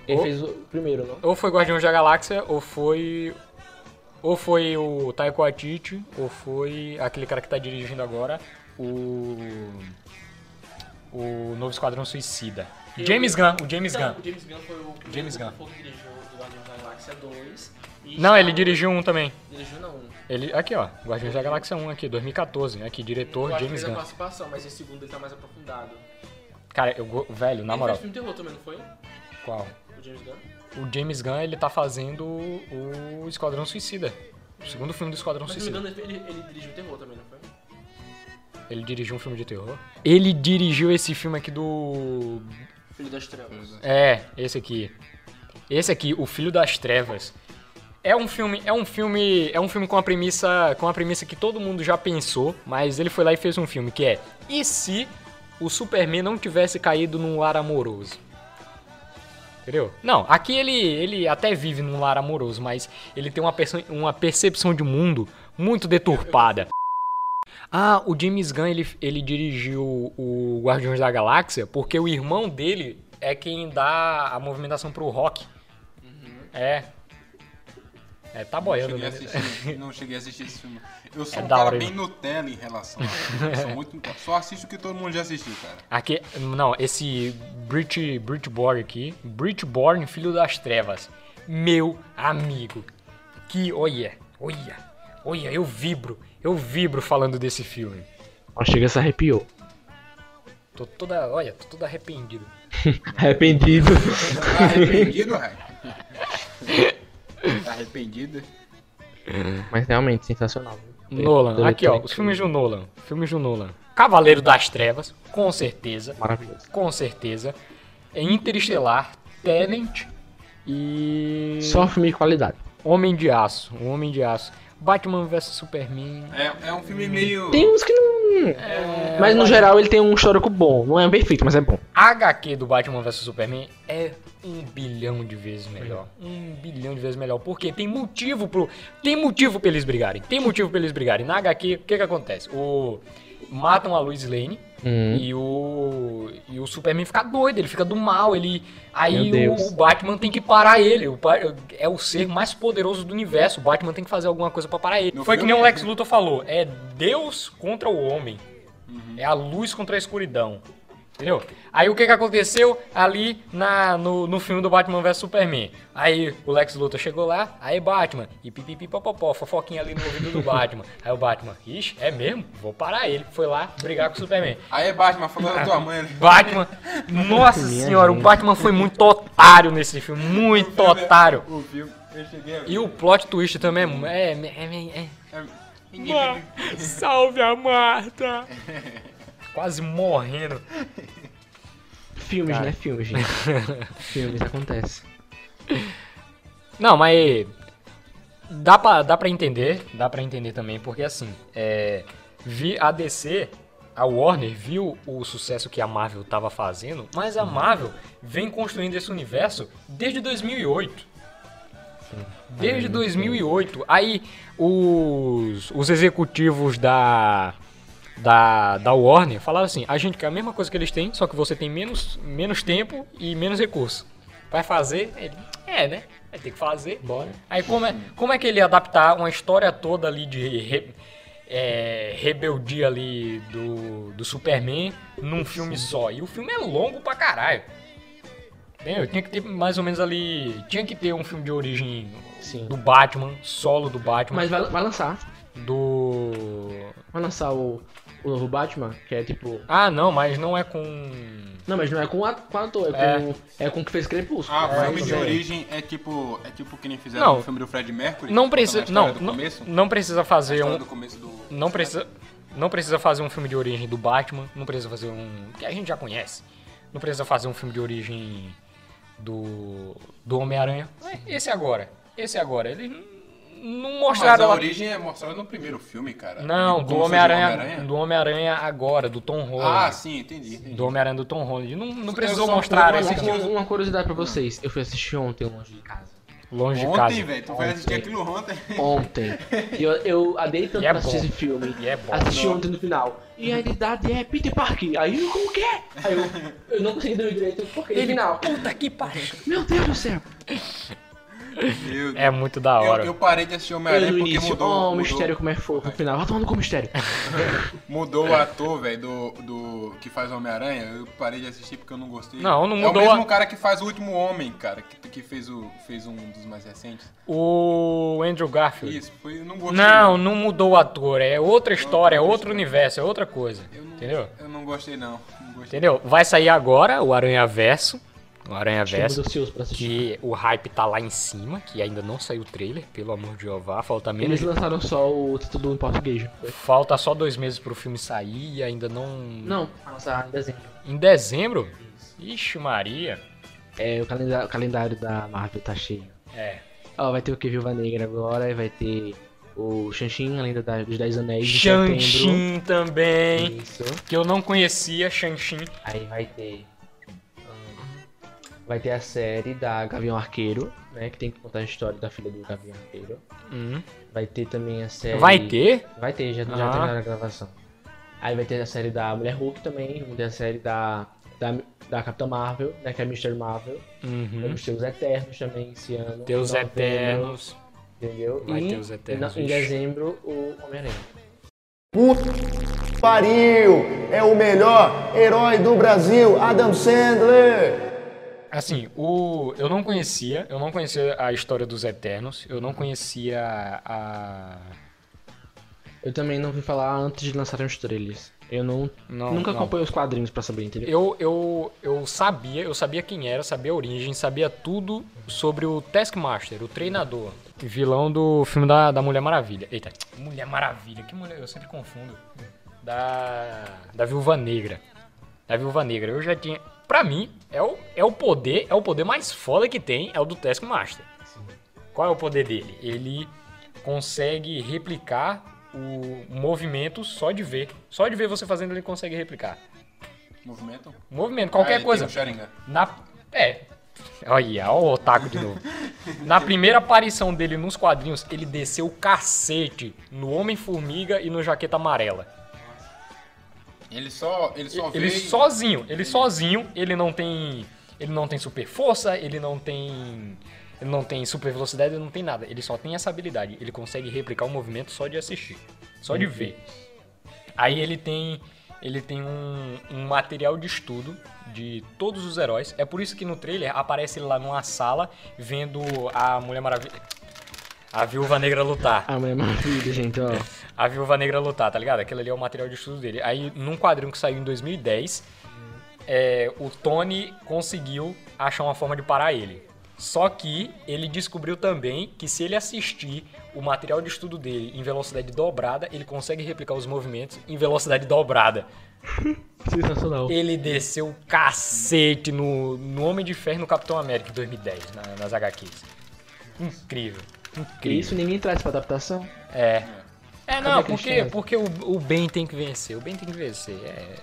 Ele
Ô.
fez o primeiro, não?
Ou foi Guardiões da Galáxia, ou foi. Ou foi o Taiko Waititi, ou foi aquele cara que tá dirigindo agora, o. O Novo Esquadrão Suicida. James Gunn, o James
Então,
Gunn.
o James Gunn foi o primeiro
James Gunn.
foi o que dirigiu o Guardiões da Galáxia 2. e
Não,
já-
ele dirigiu um também.
Dirigiu não. um.
Ele, aqui ó, Guardiões da Galáxia 1 aqui, 2014, aqui,
eu
diretor
acho que
James
fez a
Gunn.
participação, mas esse segundo ele tá mais aprofundado.
Cara, eu, go- velho, na moral,
Ele fez filme de terror também, não foi?
qual?
O James Gunn?
O James Gunn, ele tá fazendo o Esquadrão Suicida. O segundo filme do Esquadrão
Mas se não
Suicida.
me engano, ele, ele dirigiu terror também, não foi?
Ele dirigiu um filme de terror. Ele dirigiu esse filme aqui do.
Filho das Trevas.
É, esse aqui. Esse aqui, O Filho das Trevas. É um filme, é um filme, é um filme com a premissa, com a premissa que todo mundo já pensou, mas ele foi lá e fez um filme que é: e se o Superman não tivesse caído num lar amoroso? Entendeu? Não, aqui ele, ele até vive num lar amoroso, mas ele tem uma, perso- uma percepção de mundo muito deturpada. Ah, o James Gunn ele, ele dirigiu o Guardiões da Galáxia porque o irmão dele é quem dá a movimentação pro rock. É. É, tá boiando,
Uhum. cheguei a
né?
assistir, não cheguei a assistir esse filme. Eu sou
É
um
da
cara
hora,
bem
né?
Nutella em relação a filme. Sou muito Nutella. Só assisto o que todo mundo já assistiu, cara.
Aqui, não, esse Brit, Britborn aqui, Britborn, filho das trevas. Meu amigo, que olha, olha, olha, eu vibro, eu vibro falando desse filme.
Ó, chega se arrepiou.
Tô toda, olha, tô todo arrependido.
Arrependido.
Tá arrependido, Rai? Tá arrependido?
Mas realmente, sensacional. viu?
Nolan,
Ele-
aqui ó,
ele-
os filmes do Nolan, filmes do Nolan. Cavaleiro das Trevas, com certeza,
Maravilhoso.
com certeza. É Interestelar, Tenant e
Só filme de qualidade.
Homem de Aço, o Homem de Aço. Batman vs Superman.
É, é um filme meio.
Tem uns que não. mas no geral ele tem um histórico bom. Não é perfeito, mas é bom.
A HQ do Batman vs Superman é um bilhão de vezes melhor. Um bilhão de vezes melhor. Porque tem motivo pro. Tem motivo pra eles brigarem. Tem motivo pra eles brigarem. Na HQ, o que que acontece? O. Matam a Lois Lane
Hum.
e o. E o Superman fica doido, ele fica do mal, ele. Aí
Meu
o,
Deus.
o Batman tem que parar ele. O, ba- é o ser mais poderoso do universo. O Batman tem que fazer alguma coisa pra parar ele.
No
Foi que
filme- assim.
nem o Lex Luthor falou: é Deus contra o homem.
Uhum.
É a luz contra a escuridão. Entendeu? Aí o que, que aconteceu ali na, no, no filme do Batman vs Superman? Aí o Lex Luthor chegou lá, aí Batman, e pipipipopopó, fofoquinha ali no ouvido do Batman. Aí o Batman, ixi, é mesmo? Vou parar ele. Foi lá brigar com o Superman.
Aí, é Batman, falando da tua mãe, né?
Batman, nossa senhora, o Batman foi muito otário nesse filme, muito otário.
O filme, eu cheguei a ver.
E o plot twist também é. é, é, é, é
É, ninguém-
Salve a Marta! Quase morrendo.
Filmes, né? Filmes, gente. Filmes, acontece.
Não, mas dá pra, dá pra entender, dá pra entender também, porque assim, é, vi a DC, a Warner viu o sucesso que a Marvel tava fazendo, mas a Marvel vem construindo esse universo desde 2008. Desde 2008. Aí os, os executivos da, da, da Warner falaram assim: a gente quer a mesma coisa que eles têm, só que você tem menos, menos tempo e menos recurso. Vai fazer? Ele, é, né? Vai ter que fazer.
Bora.
Aí como é, como é que ele ia adaptar uma história toda ali de re- é, rebeldia ali do, do Superman num filme só? E o filme é longo pra caralho. Bem, eu tinha que ter mais ou menos ali. Tinha que ter um filme de origem
Sim.
do Batman, solo do Batman,
Mas vai, vai lançar.
do.
Vai lançar o, o novo Batman, que é tipo.
Ah, não, mas não é com.
Não, mas não é com o at- com o ator, é, com é com o que fez Crepúsculo.
Ah, o
É,
filme de
é.
origem é tipo. É tipo que nem fizeram
Não.
o filme do Fred Mercury.
Não
contando a
precisa,
história
não,
é Do
não,
começo.
não precisa fazer
História
um,
do começo do- Ah,
não precisa, não precisa fazer um filme de origem do Batman, não precisa fazer um que a gente já conhece, não precisa fazer um filme de É, origem do do Homem Aranha. Ué, Esse agora, esse agora, ele não
Mas
mostraram
a
lá.
origem é mostrada no primeiro filme, cara.
Não,
Como
do
surgiu o
Homem-Aranha. Do Homem-Aranha agora, do Tom
Ah,
Holland.
sim, entendi. entendi.
do Homem-Aranha do Tom Holland. Não, não precisou
só-
mostrar
eu
esse tipo.
assisti
filme.
os-
Uma, uma curiosidade pra vocês. Eu fui assistir ontem longe de casa.
Longe de
Ontem,
casa.
velho. Tu vai assistir
Ontem.
aquilo ontem.
Ontem. E eu, eu adei tanto
E é
pra assistir
bom.
esse filme.
E é bom.
Assisti ontem no final. E a identidade é Peter Parker. Aí eu, como que é? Aí eu, eu não consegui dormir direito porque no final.
Puta que pariu.
Meu Deus do céu!
Meu Deus.
É muito da hora.
Eu, eu parei de assistir
é
Eu
Homem-Aranha
no
porque
início,
mudou,
oh,
mudou,
mistério como é fofo. No final, vai tomando com o mistério.
mudou o ator, velho, do, do que faz o Homem-Aranha. Eu parei de assistir porque eu não gostei.
Não, não mudou
É o mesmo
a-
cara que faz o Último Homem, cara, que, que fez, o, fez um dos mais recentes.
O Andrew Garfield.
Isso, foi, eu não gostei.
Não, não mudou o ator. É outra história, é outro universo, é outra coisa. Entendeu?
Eu não gostei, não. Não gostei.
Entendeu? Vai sair agora o Aranha Verso. O Aranha
Chama
Verso.
dos seus pra assistir.
Que o hype tá lá em cima, que ainda não saiu o trailer, pelo amor de Jeová. Falta menos.
Eles lançaram só o título em português. não foi?
Falta só dois meses pro filme sair e ainda não.
Não, vai lançar em dezembro.
Em dezembro? Ixi, Maria.
É, o calendário, o calendário da Marvel tá cheio.
É.
Ó, vai ter o que Viúva Negra agora, e vai ter o Shanshin, a lenda da- dos Dez Anéis em setembro.
Shanshin também.
Isso.
Que eu não conhecia, Shanshin.
Aí vai ter. hum, Vai ter a série da Gavião Arqueiro, né? Que tem que contar a história da filha do Gavião Arqueiro.
Hum.
Vai ter também a série.
É, Vai ter?
Vai ter, já, já
Ah.
terminaram a gravação. Aí vai ter a série da Mulher Hulk também, vai ter a série da, da, da Capitã Marvel, né? Que é a Mr. Marvel.
Uhum.
Vamos ter os Eternos também esse ano.
Deus
Em novembro,
Eternos.
Entendeu?
Vai
e
ter os Eternos,
em no- Em
vixe.
dezembro, o Homem-Aranha.
Puta que pariu! É o melhor herói do Brasil, Adam Sandler!
Assim, o eu não conhecia, eu não conhecia a história dos Eternos, eu não conhecia a
Eu também não vi falar antes de lançarem os trailers. Eu não,
Não,
nunca
não.
acompanhei os quadrinhos pra saber, entendeu?
Eu, eu, eu sabia, eu sabia quem era, sabia a origem, sabia tudo sobre o Taskmaster, o treinador, vilão do filme da, da Mulher Maravilha. Eita, Mulher Maravilha, que mulher, eu sempre confundo. Da, da Viúva Negra. Da Viúva Negra, eu já tinha... Pra mim, é o, é o poder, é o poder mais foda que tem, é o do Taskmaster. Qual é o poder dele? Ele consegue replicar o movimento só de ver. Só de ver você fazendo, ele consegue replicar.
Movimento?
Movimento, qualquer
Ah, ele
coisa.
tem um Sharingan.
Na. É. Olha, olha o Otaku de novo. Na primeira aparição dele nos quadrinhos, ele desceu o cacete no Homem-Formiga e no Jaqueta Amarela.
Ele só, ele só
Ele
veio-
sozinho, ele sozinho, ele não tem. Ele não tem super força, ele não tem. Ele não tem super velocidade, ele não tem nada. Ele só tem essa habilidade. Ele consegue replicar o movimento só de assistir. Só de ver. Aí ele tem. Ele tem um, um material de estudo de todos os heróis. É por isso que no trailer aparece ele lá numa sala vendo a Mulher Maravilha. A Viúva Negra lutar.
A Mulher Maravilha, gente, ó.
A Viúva Negra lutar, tá ligado? Aquilo ali é o material de estudo dele. Aí, num quadrinho que saiu em 2010, é, o Tony conseguiu achar uma forma de parar ele. Só que ele descobriu também que se ele assistir o material de estudo dele em velocidade dobrada, ele consegue replicar os movimentos em velocidade dobrada.
Sensacional.
Ele desceu o cacete no, no Homem de Ferro e no Capitão América em 2010, na- nas HQs. Incrível, incrível.
Isso ninguém traz pra adaptação.
É. É, não,
Cadê que
porque,
eles
porque o, o bem tem que vencer. O bem tem que vencer. É.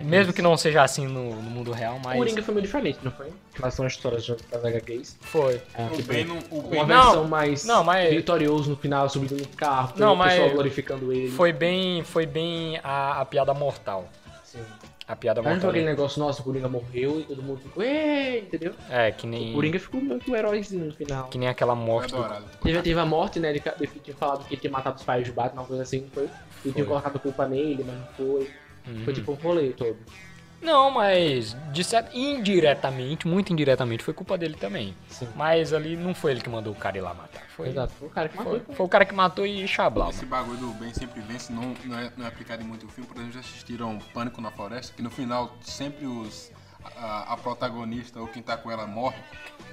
É
Mesmo que não seja assim no, no mundo real, mas.
Coringa foi meio diferente, não foi? Tipo, Em relação às histórias das HQs.
Foi.
É,
O
tipo,
Ben não... O
uma
Ben
Não,
versão mais
não, mas-
vitorioso no final, subindo no carro,
Não,
o
mas-
pessoal glorificando ele.
Foi bem. Foi bem a, a piada mortal.
Sim.
A piada
Aí não foi
mortal.
aquele negócio, nossa, o Coringa morreu e todo mundo ficou, "Ê", entendeu?
É, que
né? O
nem.
Coringa ficou muito um heróizinho no final.
Que nem aquela morte do.
adorado.
Teve, teve a morte, né? Ele, ca- ele tinha falado que ele tinha matado os pais do Batman, uma coisa assim, não foi? Ele tinha colocado culpa nele, mas não foi. Foi tipo um rolê todo.
Não, mas. De certo, indiretamente, muito indiretamente, foi culpa dele também.
Sim.
Mas ali não foi ele que mandou o cara ir lá matar. Foi.
Exato. Foi o cara que matou.
Foi, foi o cara que matou e chablau.
Esse bagulho do bem sempre vence não, não, é, não é aplicado em muito filme. Por exemplo, já assistiram Pânico na Floresta, que no final sempre os, a, a protagonista ou quem tá com ela morre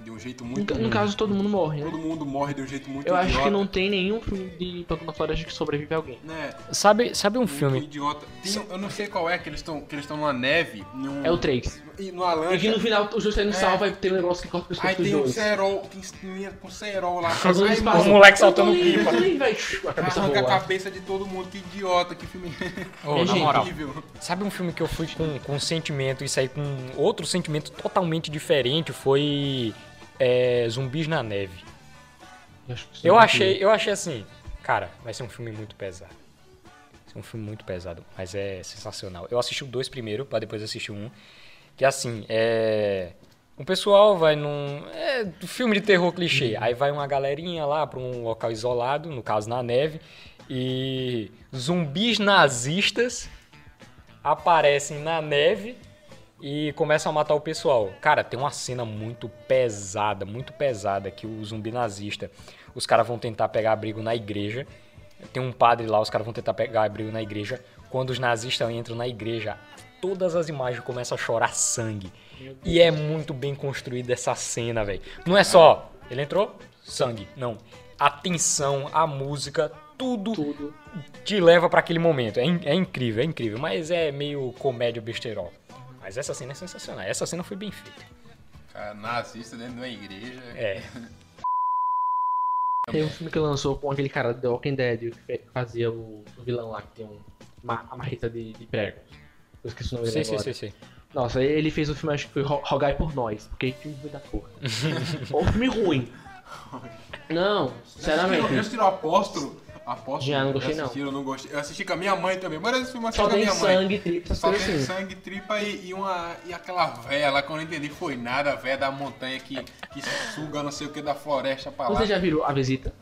de um jeito
No,
muito...
ca- no caso, todo mundo morre, né?
Todo mundo morre de um jeito muito
Eu acho que
idiota,
não tem nenhum filme de Pântano na Floresta que sobrevive alguém.
Né?
Sabe, sabe um
Muito
filme
idiota. Tem um- eu não sei qual é, que eles estão numa neve. em um-
É o 3.
e numa
E que
lancha.
no final o Juscelino
É.
salva e tem um negócio que corta o
Aí
pescoço dos
tem um
dois. um
cerol, tem dinheiro com cerol lá.
Os dois
Aí, um
passam.
mano,
moleque saltando
Eu tô ali,
pipa.
eu tô ali, velho. A cabeça
Arranca a
voa.
cabeça de todo mundo, que idiota, que filme
Ô,
É,
na
gente.
moral,
horrível.
sabe um filme que eu fui com, com um sentimento e saí com outro sentimento totalmente diferente? Foi é, Zumbis na Neve. Eu achei, eu achei assim, cara, vai ser um filme muito pesado. Vai ser um filme muito pesado, mas é sensacional. Eu assisti o dois primeiro, pra depois assistir o um. Que assim, é. O pessoal vai num. É do filme de terror clichê. Aí vai uma galerinha lá pra um local isolado, no caso na neve, e zumbis nazistas aparecem na neve e começam a matar o pessoal. Cara, tem uma cena muito pesada, muito pesada que o zumbi nazista, os caras vão tentar pegar abrigo na igreja. Tem um padre lá, os caras vão tentar pegar abrigo na igreja. Quando os nazistas entram na igreja, todas as imagens começam a chorar sangue. E é muito bem construída essa cena, velho. Não é só ele entrou, sangue, não. A tensão, a música, tudo
tudo.
te leva pra aquele momento. É, in- é incrível, é incrível, mas é meio comédia besterol. Mas essa cena é sensacional. Essa cena foi bem feita.
Cara, nazista dentro de uma igreja.
É.
Tem um filme que lançou com aquele cara do The Walking Dead que fe- fazia o o vilão lá que tem um- uma a marreta de, de prego. Eu esqueci o nome
Sei,
dele
sei,
agora.
sei, sei.
Nossa, ele fez o filme, acho que foi Ro- Rogai por Nós, porque que filme ruim da porra. Ou um filme ruim. Não,
Eu
sinceramente.
assisti o Apóstolo. Apóstolo.
Já, não gostei,
eu assisti, Eu não gostei. Eu assisti com a minha mãe também. Mas esse filme eu assisti
Só
com a
tem
minha mãe.
sangue, tripa, essas
Só
coisas
tem
assim.
sangue, tripa e, e uma, e aquela véia lá que eu não entendi foi nada, a véia da montanha que, que suga não sei o que da floresta pra lá.
Você já virou a visita?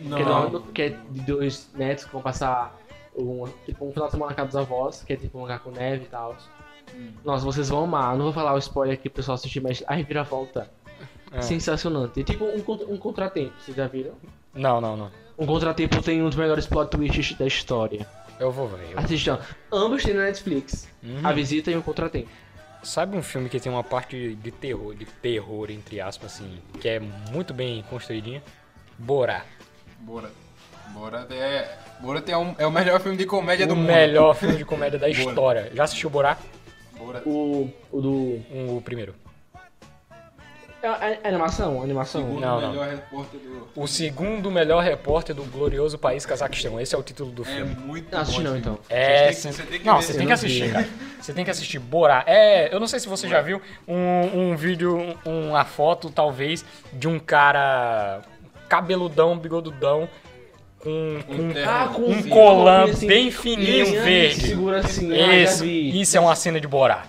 Não.
Que, é do- que é de dois netos que vão passar um, tipo, um final de semana na casa dos avós, que é tipo um lugar com neve e tal.
Hum.
Nossa, vocês vão amar. Eu não vou falar o spoiler aqui pro pessoal assistir, mas a reviravolta.
É.
Sensacionante. É Tipo um, contra- um contratempo, vocês já viram?
Não, não, não.
Um contratempo tem um dos melhores plot twists da história.
Eu vou ver. eu-
Assistam. Ambos têm na Netflix.
Hum.
A
Uhum.
visita e o contratempo.
Sabe um filme que tem uma parte de terror, de terror, entre aspas, assim, que é muito bem construidinha? Borá.
Bora. Bora é. Bora é, um- é o melhor filme de comédia
o
do
melhor filme de comédia da
Borá.
história. Já assistiu Borá?
mundo. Bora.
O, o do.
Um, o primeiro.
É, é- é animação, animação.
Segundo
não, não.
melhor repórter do.
O segundo melhor repórter do glorioso país Cazaquistão. Esse é o título do
É
filme.
muito
Não, assisti
bom
não,
esse
então.
filme. Você tem
É,
que- você tem que
não,
ver
você
esse
tem que
filme.
assistir, cara. Você tem que assistir Borá. É, eu não sei se você já viu um, um vídeo, um- uma foto, talvez, de um cara cabeludão, bigodudão, com, com
Um terno.
Ah, com
um
Sim.
colã
Assim,
bem
e-
fininho,
e
verde.
Segura assim, ah, já
Isso,
vi.
isso é uma cena de Borá.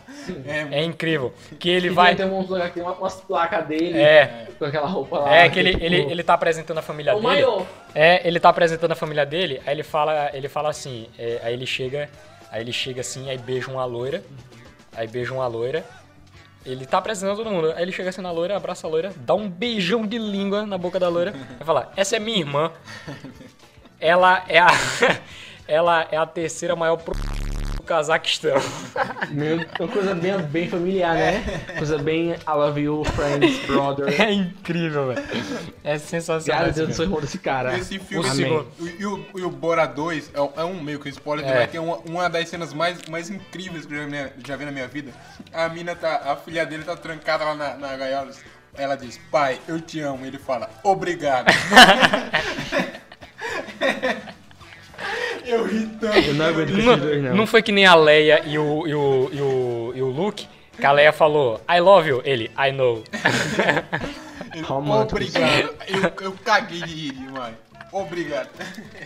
É,
É incrível. Que ele
E
vai.
Tem um lugar que tem uma- umas placas
um
dele.
É,
Com aquela roupa lá.
é que ele,
tipo,
ele, ele tá apresentando a família
O
dele.
maior.
É, ele tá apresentando a família dele, aí ele fala, ele fala assim, é, aí ele chega, aí ele chega assim, aí beija uma loira, aí beija uma loira. Ele tá apresentando todo mundo. Aí ele chega assim na loira, abraça a loira, dá um beijão de língua na boca da loira, vai falar: "Essa é minha irmã. Ela é a ela é a terceira maior pro do Cazaquistão".
Meu, uma coisa bem, bem familiar,
É.
né? Coisa bem I love you, friends, brother.
É incrível, velho. É sensacional.
Graças a
esse
Deus, eu
filme.
sou irmão desse cara.
Esse filme.
O
O
segundo.
E o, e o Bora 2 é, um- é um meio que spoiler
É.
também. Tem uma, uma das cenas mais, mais incríveis que eu já, minha- já vi na minha vida. A mina tá. A filha dele tá trancada lá na, na gaiola. Ela diz, pai, eu te amo. Ele fala, obrigado. eu ri tanto.
Eu não aguento com esses dois,
Não,
não.
não foi que nem a Leia e o, e o, e o, e o Luke, que a Leia falou, I love you, ele, I know.
Ele,
Romântico.
obrigado. Eu, eu caguei de rir, mano. Obrigado.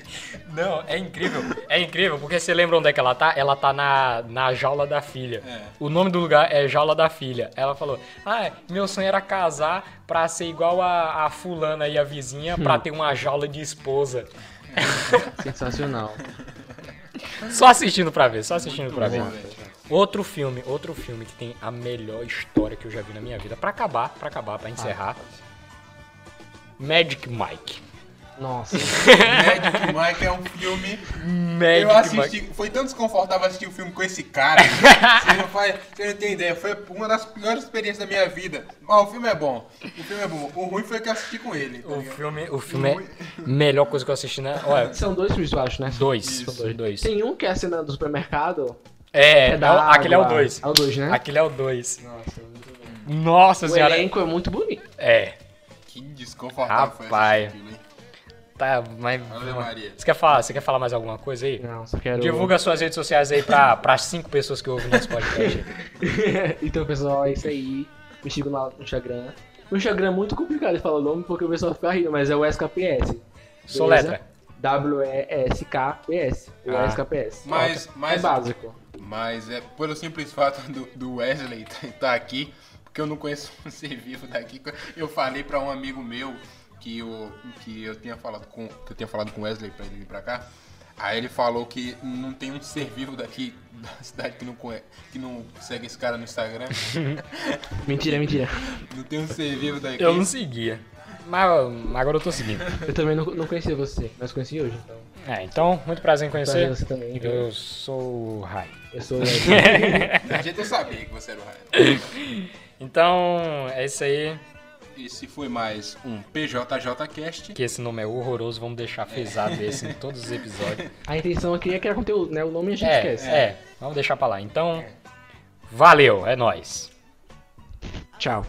Não, é incrível, é incrível, porque você lembra onde é que ela tá? Ela tá na, na jaula da filha.
É.
O nome do lugar é Jaula da Filha. Ela falou, ah, meu sonho era casar pra ser igual a, a fulana e a vizinha, pra ter uma jaula de esposa.
Sensacional.
Só assistindo pra ver, só assistindo pra ver.
Bom, velho.
Outro filme, outro filme que tem a melhor história que eu já vi na minha vida. Pra acabar, pra acabar, pra encerrar. Magic Mike.
Nossa.
Magic Mike é um filme
Magic
eu assisti,
Mike.
foi tão desconfortável assistir o filme com esse cara. você, não faz, você não tem ideia, foi uma das piores experiências da minha vida. Mas o filme é bom, o filme é bom. O ruim foi que eu assisti com ele. tá
O
ligado?
filme, o filme é a melhor coisa que eu assisti na. Olha,
São dois filmes, eu acho, né?
dois.
Isso.
São dois, dois.
Tem um que é a cena do supermercado,
É, é o-
da
aquele é o
água.
2.
É o 2, né?
Aquele é o 2.
Nossa, muito bom.
Nossa
O
senhora.
elenco é muito bonito.
É.
Que desconfortável foi essa
Rapaz.
aquilo, hein?
Tá, mas.
Ave Maria.
Você quer falar, você quer falar mais alguma coisa aí?
Não, só quero.
Divulga suas redes sociais aí pra, pra cinco pessoas que ouvem nosso podcast.
então, pessoal, é isso aí. Me sigam lá no Instagram. No Instagram é muito complicado de falar o nome porque o pessoal fica rindo, mas é o SKPS.
Soletra.
W-E-S-K-P-S. O
Ah.
SKPS.
Mas- mas-
É básico.
Mas é pelo simples fato do, do Wesley estar aqui, porque eu não conheço um ser vivo daqui. Eu falei pra um amigo meu que eu, que eu tinha falado com que eu tinha falado com o Wesley pra ele vir pra cá. Aí ele falou que não tem um ser vivo daqui da cidade que não conhece, que não segue esse cara no Instagram.
Mentira, mentira.
não tem um ser vivo daqui.
Eu não seguia. Mas mas agora eu tô seguindo.
Eu também não, não conhecia você, mas conheci hoje, então.
É, então, muito prazer em
Prazer em
conhecer.
você também, viu?
Eu sou o Rai.
Eu sou o Wesley.
A gente não sabia que você era o Ryan.
Então, é isso aí.
Esse foi mais um PJJcast.
Que esse nome é horroroso, vamos deixar fezado esse em todos os episódios.
A intenção aqui é criar conteúdo, né? O nome a gente
É,
esquece.
é, vamos deixar pra lá. Então, valeu, é nóis.
Tchau.